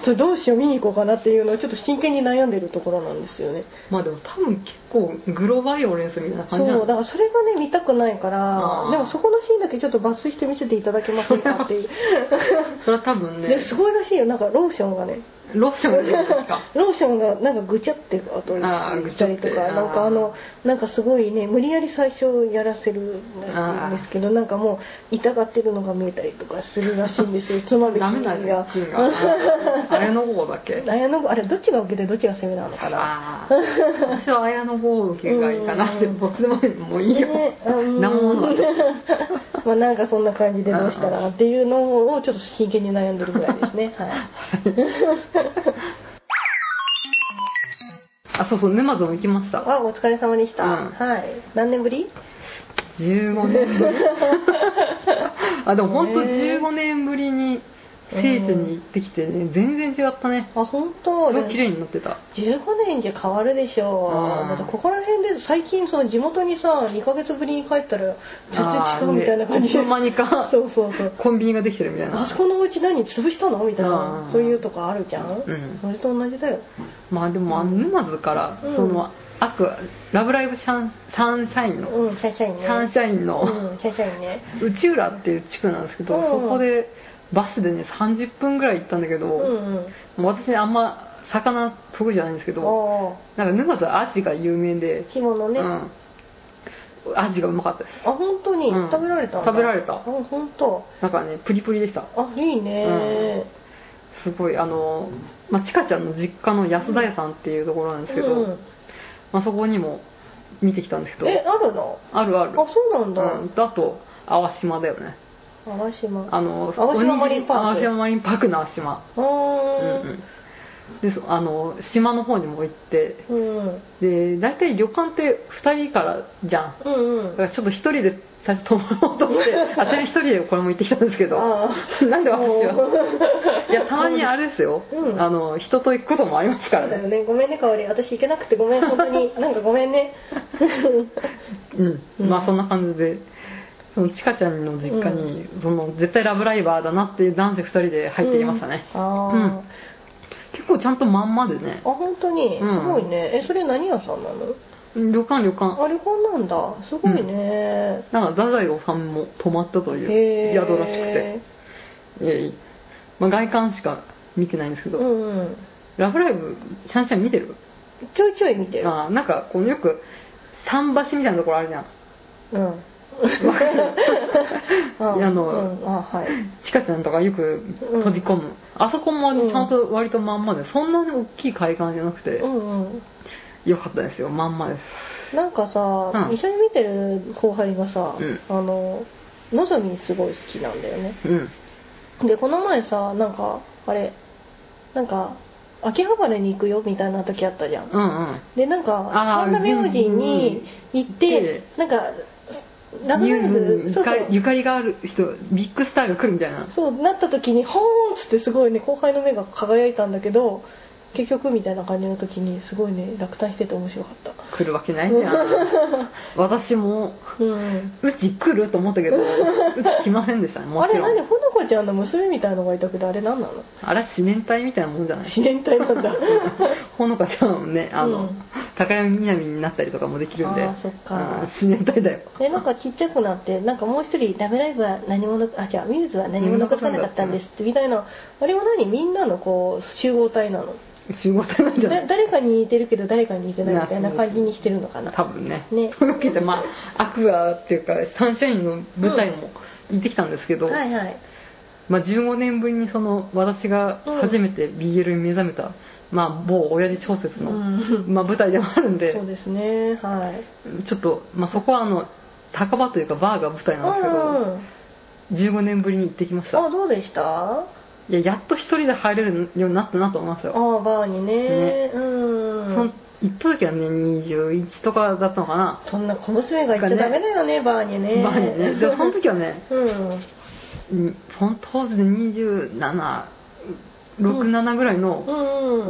S2: それどうしよう見に行こうかなっていうのをちょっと真剣に悩んでるところなんですよね
S1: まあでも多分結構グロバイオレンスみたいな
S2: そ
S1: 感じな
S2: うだ
S1: の
S2: からそれがね見たくないか
S1: あ
S2: ら
S1: ー
S2: でもそこのシーンだけちょっと抜 粋して見せていただけませんかっていう
S1: それは多分ね
S2: ですごいらしいよなんかローションがね
S1: ロッションが出てくるんです か
S2: ローションがなんかぐちゃって後に
S1: あー
S2: 行ったりと
S1: ぐちゃっ
S2: か
S1: て
S2: なんかあのなんかすごいね無理やり最初やらせるらしいんですけどなんかもう痛がってるのが見えたりとかするらしいんですよつまびき
S1: ダメなん
S2: が
S1: だ金があー綾野剛だっけ
S2: 綾野剛あれどっちが受けてどっちが攻めなのかな
S1: ああ私は綾野剛がいいかなって
S2: うん
S1: どっちでもいいもういいよ、
S2: ねあー
S1: 何もない
S2: まあなんかそんな感じでどうしたらっていうのをちょっと真剣に悩んでるぐらいですね、はい、
S1: あそうそう沼津も行きました
S2: あお疲れ様でした、
S1: うん
S2: はい何年ぶり
S1: 15年 ぶりあでも本当
S2: ねえ
S1: 15年ぶりに聖地に行ってきてね全然違ったね
S2: あ本
S1: す
S2: 当
S1: ごい綺麗になってた
S2: 15年じゃ変わるでしょ
S1: うん
S2: うだってここら辺で最近その地元にさ2ヶ月ぶりに帰ったら全然違うみたいな感じ
S1: あーねい
S2: で、
S1: つの間にか
S2: そうそうそう
S1: コンビニができてるみたい
S2: あ
S1: な
S2: そこのお家何潰したのみたい
S1: あ
S2: な
S1: ー
S2: そういうとこあるじゃん、
S1: うん
S2: それと同じだよ
S1: まあでもあの沼津から
S2: うん
S1: そのアクアラブライブシャンサンシャインの
S2: うんシャイシャイね
S1: サンシャインの
S2: うんシャイシャイね
S1: 内浦っていう地区なんですけど
S2: うん
S1: そこでバスでね30分ぐらい行ったんだけど
S2: う
S1: も
S2: んうん
S1: う私ねあんま魚得意じゃないんですけど
S2: あ
S1: なんか沼津はアジが有名で
S2: あ着物ね、
S1: う
S2: あ
S1: んアジがうまかったです
S2: 本当に、
S1: うん
S2: 食べられたんだ
S1: 食べら
S2: れ
S1: れた
S2: あ本当
S1: なんかねプリプリでした
S2: あいいね、
S1: すごいあの、まあ、ちかちゃんの実家の安田屋さんっていうところなんですけど、
S2: うん
S1: まあ、そこにも見てきたんですけど
S2: えあるの
S1: あるあ
S2: あ
S1: る
S2: そうなんだ、
S1: うん、あと淡島だよね
S2: 淡島
S1: あの
S2: 淡島マリンパーク
S1: おにぎり淡島マリンパークの淡島
S2: う
S1: うん
S2: ーん
S1: うんでそあの島の方にも行って
S2: うん
S1: で大体旅館って2人からじゃん
S2: うんうん
S1: だからちょっと1人で最初泊まろうと 思ってあちなみに1人でこれも行ってきたんですけど なんで私は
S2: はい
S1: やたまにあれですよ、
S2: うん
S1: あの人と行くこともあります
S2: そ
S1: から
S2: うだよ
S1: ね
S2: ねごめんねかおり私行けなくてごめん本当 になんかごめんね
S1: うん、
S2: うん
S1: まあそんな感じでそのちかちゃんの実家に、その絶対ラブライバーだなっていう男子2人で入ってきましたね、
S2: あー、
S1: うん
S2: あ
S1: 結構ちゃんとまんまでね
S2: 本当にす
S1: うん
S2: ごいねえそれ何屋さんなの
S1: 旅館旅館
S2: あ旅館なんだすごいね、
S1: なんか太宰治も泊まったとい
S2: へ
S1: う
S2: え
S1: 宿らしくて、いえいえまあ、外観しか見てないんですけど、
S2: うんうん
S1: ラブライブシャンシャン見てる
S2: ちょいちょい見てる
S1: あーなんかこのよく桟橋みたいなところあるじゃん
S2: うんあ
S1: いやあの
S2: うんあはい
S1: ちかちゃんとかよく飛び込む、あそこもちゃんと割とまんまで、そんなに大きい海岸じゃなくて
S2: う、んうん
S1: よかったですよまんまです
S2: なんかさ、
S1: うん
S2: 一緒に見てる後輩がさ、
S1: うん
S2: あののぞみすごい好きなんだよね
S1: うん
S2: でこの前さなんかあれなんか秋葉原に行くよみたいな時あったじゃん
S1: うんうん
S2: でなんか
S1: あ
S2: 神
S1: ー
S2: 田明神に行っ
S1: うん
S2: てなんかラブライ
S1: ゆ
S2: ブそう
S1: か
S2: そう
S1: ゆかりがある人ビッグスターが来るみたいな
S2: そうなった時に「ほーん!」っつってすごいね後輩の目が輝いたんだけど結局みたいな感じの時にすごいね落胆してて面白かった
S1: 来るわけないじゃん 私も
S2: うん
S1: うち来ると思 ったけどうち来ませんでしたねも
S2: あ
S1: ち
S2: れ
S1: ろ
S2: 何
S1: ん
S2: ほのこちゃんの娘みたいのがいたけどあれ何なの
S1: あれは四年隊みたいなもんじゃない
S2: 自然体なん だ
S1: ほのかちゃんもねあの、
S2: うん
S1: 高山みなみになったりとかもできるんで
S2: あーそっか
S1: うん四年隊だよ
S2: えなんかちっちゃくなってなんかもう一人「ラブライブは何ものあじゃあミューズは何も残さなかったんです」ってみたいなあれは何みんなのこう集合体なの
S1: 集合体なんじゃな
S2: だ
S1: い
S2: 誰かに似てるけど誰かに似てないみたいな感じにしてるのかな
S1: 多分ね
S2: ね
S1: というわけでまあアクアっていうかサンシャインの舞台も行ってきたんですけど、
S2: はいはい
S1: まあ、15年ぶりにその私が初めて BL に目覚めた、まあ、某親父小説
S2: う
S1: の、
S2: ん
S1: まあ、舞台でもあるんで
S2: そうですねはい
S1: ちょっと、まあ、そこはあの酒場というかバーが舞台
S2: う
S1: なんで
S2: ん
S1: すけど、15年ぶりに行ってきました
S2: あどうでしたあ
S1: いややっと一人で入れるようになったなと思いますよ、
S2: バーにね
S1: ね
S2: うん
S1: その行った時はね21とかだったのかな、
S2: そんな小娘が行っちゃダメだよねバーにね
S1: バーにねでもその時はね
S2: うん
S1: うんその当時で2767ぐらいの
S2: う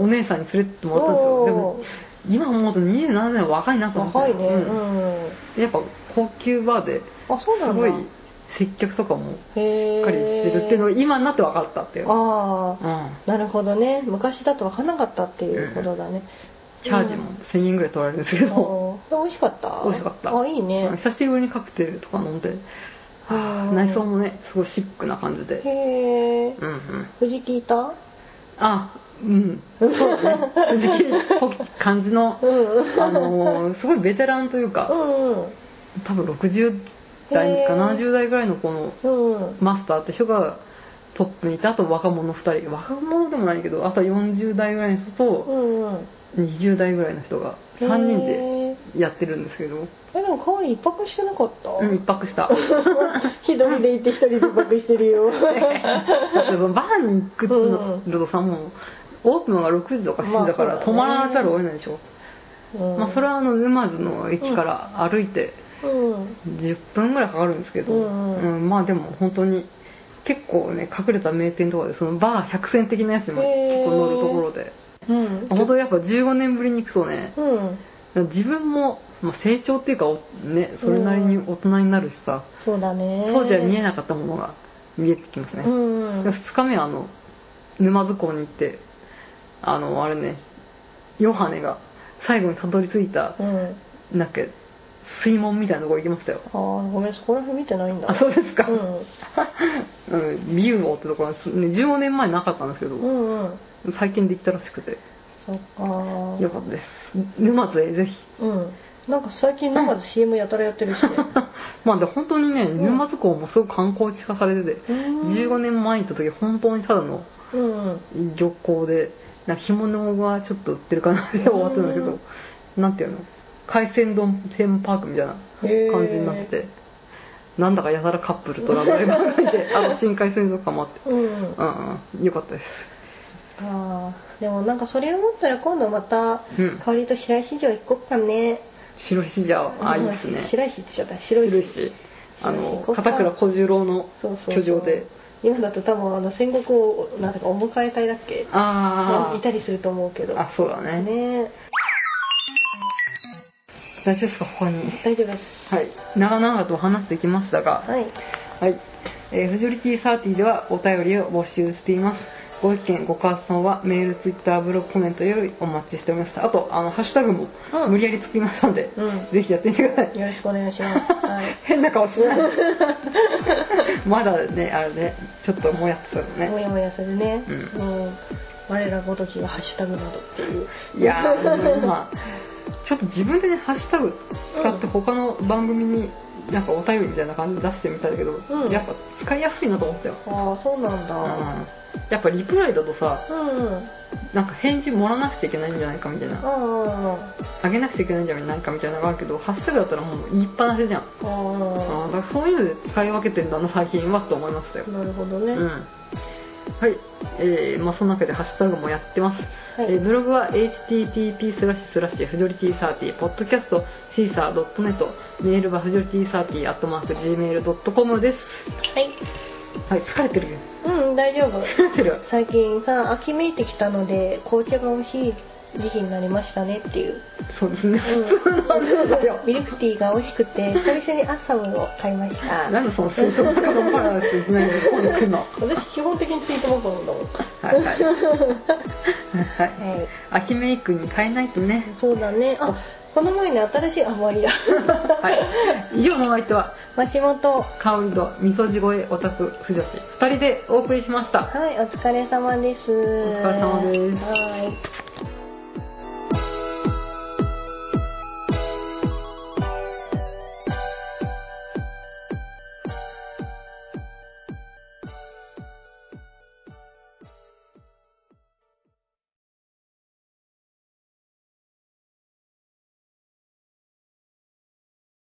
S2: ん
S1: お姉さんに連れてってもらったんですよ、でも
S2: おー
S1: 今思うと27年は若いなと思って
S2: 若いね、
S1: うん
S2: うん、
S1: やっぱ高級バーで
S2: あそうな
S1: す
S2: んだ
S1: ごい接客とかもし
S2: し
S1: っかりしてるっていうの
S2: が
S1: が今になって分かったっていう、うん、
S2: ああなるほどね昔だと分からなかったっていうことだね、
S1: チャージも1000円ぐらい取られるんですけど、
S2: おーで美味しかった
S1: 美味しかった
S2: あいい
S1: うん
S2: ね、
S1: 久しぶりにカクテルとか飲んで、はあ
S2: うん
S1: 内装もねすごいシックな感じで
S2: へえ
S1: うんうん
S2: 藤木いた
S1: あうん、そうだね。正直ぽ感じの、
S2: うん
S1: あのーすごいベテランという
S2: う
S1: か、
S2: んうん
S1: 多分60代か
S2: へー
S1: 70代ぐらいのこの
S2: うんうん
S1: マスターって人がトップにいて、あと若者2人、若者でもないけど、あと40代ぐらいの人と
S2: うんうん
S1: 20代ぐらいの人が3人で
S2: へー
S1: やってるんですけど、
S2: えでも香り一泊してなかった、
S1: うん、一泊した。
S2: ひどいで行って一人で一泊してる よ
S1: だってそのバーに行くってなるとさ、もうオープンが6時とか7時だか
S2: ま
S1: ら
S2: あ
S1: 泊
S2: そうだね
S1: まらざるを得ないでしょ。
S2: うん
S1: まあ、それはあの沼津の駅から歩いて
S2: うん
S1: 10分ぐらいかかるんですけど、
S2: うんうん
S1: うんまあでも本当に結構ね隠れた名店とかでそのバー100選的なやつにも結構乗るところで
S2: うん
S1: 本当にやっぱ15年ぶりに行くとね
S2: うん
S1: 自分も、まあ、成長っていうか、おね、それなりに大人になるしさ、
S2: そうだね
S1: 当時は見え
S2: な
S1: なかったものが見えてきますね、
S2: うんうん
S1: 2日目はあの沼津港に行ってあのあれねヨハネが最後にたどり着いた
S2: うん
S1: なんか水門みたいなとこ行きましたよ
S2: あーごめんそこら辺見てないんだ
S1: あそうですか、
S2: うん
S1: うん、ビュー王ってとこなんです、ね、15年前なかったんですけど、
S2: うんうん
S1: 最近できたらしくて
S2: そっかー
S1: よかったです沼津へぜひ
S2: うんなんか最近沼津 CM やたらやってる しね
S1: まあで本当にね
S2: ん
S1: 沼津港もすごく観光地化されてて、15年前に行った時本当にただの
S2: うんうん
S1: 漁港でなんか干物がちょっと売ってるかなで終わってたんだけど、なんていうの海鮮丼専パークみたいな感じになってて、なんだかやたらカップルとラブライブが見 てあの深海鮮丼かもあって
S2: うんうん
S1: うんうん、よかったで
S2: あーでもなんかそれ思ったら今度また
S1: す。うん。
S2: 香りと白石城行こっかね
S1: 白石じゃあ、あ、いいですね。
S2: 白石って言っちゃった白
S1: 白
S2: 石
S1: 石。あ
S2: 白
S1: の
S2: 石、ここ
S1: 片倉小十郎の
S2: そうそうそう
S1: 居城で。
S2: 今だと多分あの戦国をなんだかお迎え隊だっけ
S1: あ
S2: いたりすると思うけど
S1: あ。あ、そうだね。
S2: ね
S1: 大丈夫ですか、他に。
S2: 大丈夫です
S1: はい。長々と話してきましたが、
S2: はい
S1: はい。えー、フジョリティサーティではお便りを募集しています。ご意見、ご感想はメール、ツイッター、ブログ、コメントよりお待ちしております。あと、あの、ハッシュタグも無理やり作りましたので、
S2: うん
S1: ぜひやってみてください。
S2: よろしくお願いし ますはい
S1: 変な顔しない。 まだね、あれね、ちょっともやってたのね。
S2: もやもやするね
S1: うん
S2: うん我らごときがハッシュタグなどっていう
S1: いやー、今、ちょっと自分でね、ハッシュタグ使って、他の番組に、なんかお便りみたいな感じで出してみたんだけど、
S2: うん
S1: やっぱ使いやすいなと思ったよ。
S2: ああそうなん
S1: うん
S2: だ
S1: やっぱリプライだとさ、
S2: うんうん
S1: なんか返事もらわなくちゃいけないんじゃないかみたいな、
S2: あ
S1: あげなくちゃいけないんじゃないかみたいなのがあるけど、ハッシュタグだったらもう言いっぱなしじゃん。
S2: ああ
S1: あーだからそういうので使い分けてんだな、最近はと思いましたよ
S2: あ。なるほど
S1: う
S2: ね
S1: ん。はい。えー、まあそんなわけでハッシュタグもやってます。
S2: は
S1: えー
S2: い
S1: ブログは http スラッシュスラッシュフジョリティ30ポッドキャストシーサー .net メールはフジョリティ30アットマーク gmail.com です
S2: はい
S1: はい疲れてるよ
S2: うん大丈夫
S1: 疲れてる
S2: 最近さ秋めいてきたので紅茶が美味しい時期になりましたねっていう、
S1: そうですねだよ
S2: うん、ミルクティーが美味しくて久々にアッサムを買いました
S1: なんでその水槽使うのパラダイスいきなりここに来るのは
S2: 私基本的にスイートマカロンだもん
S1: いはいはい
S2: はい
S1: 秋メイクに変えないとね
S2: そうだねあこの前に新しいあ終わりだ
S1: はい以上のお相手は
S2: マシモト
S1: 香りとみそ地声オタク不女子2人でお送りしました
S2: はいお疲れ様ですお
S1: 疲れ様です
S2: はい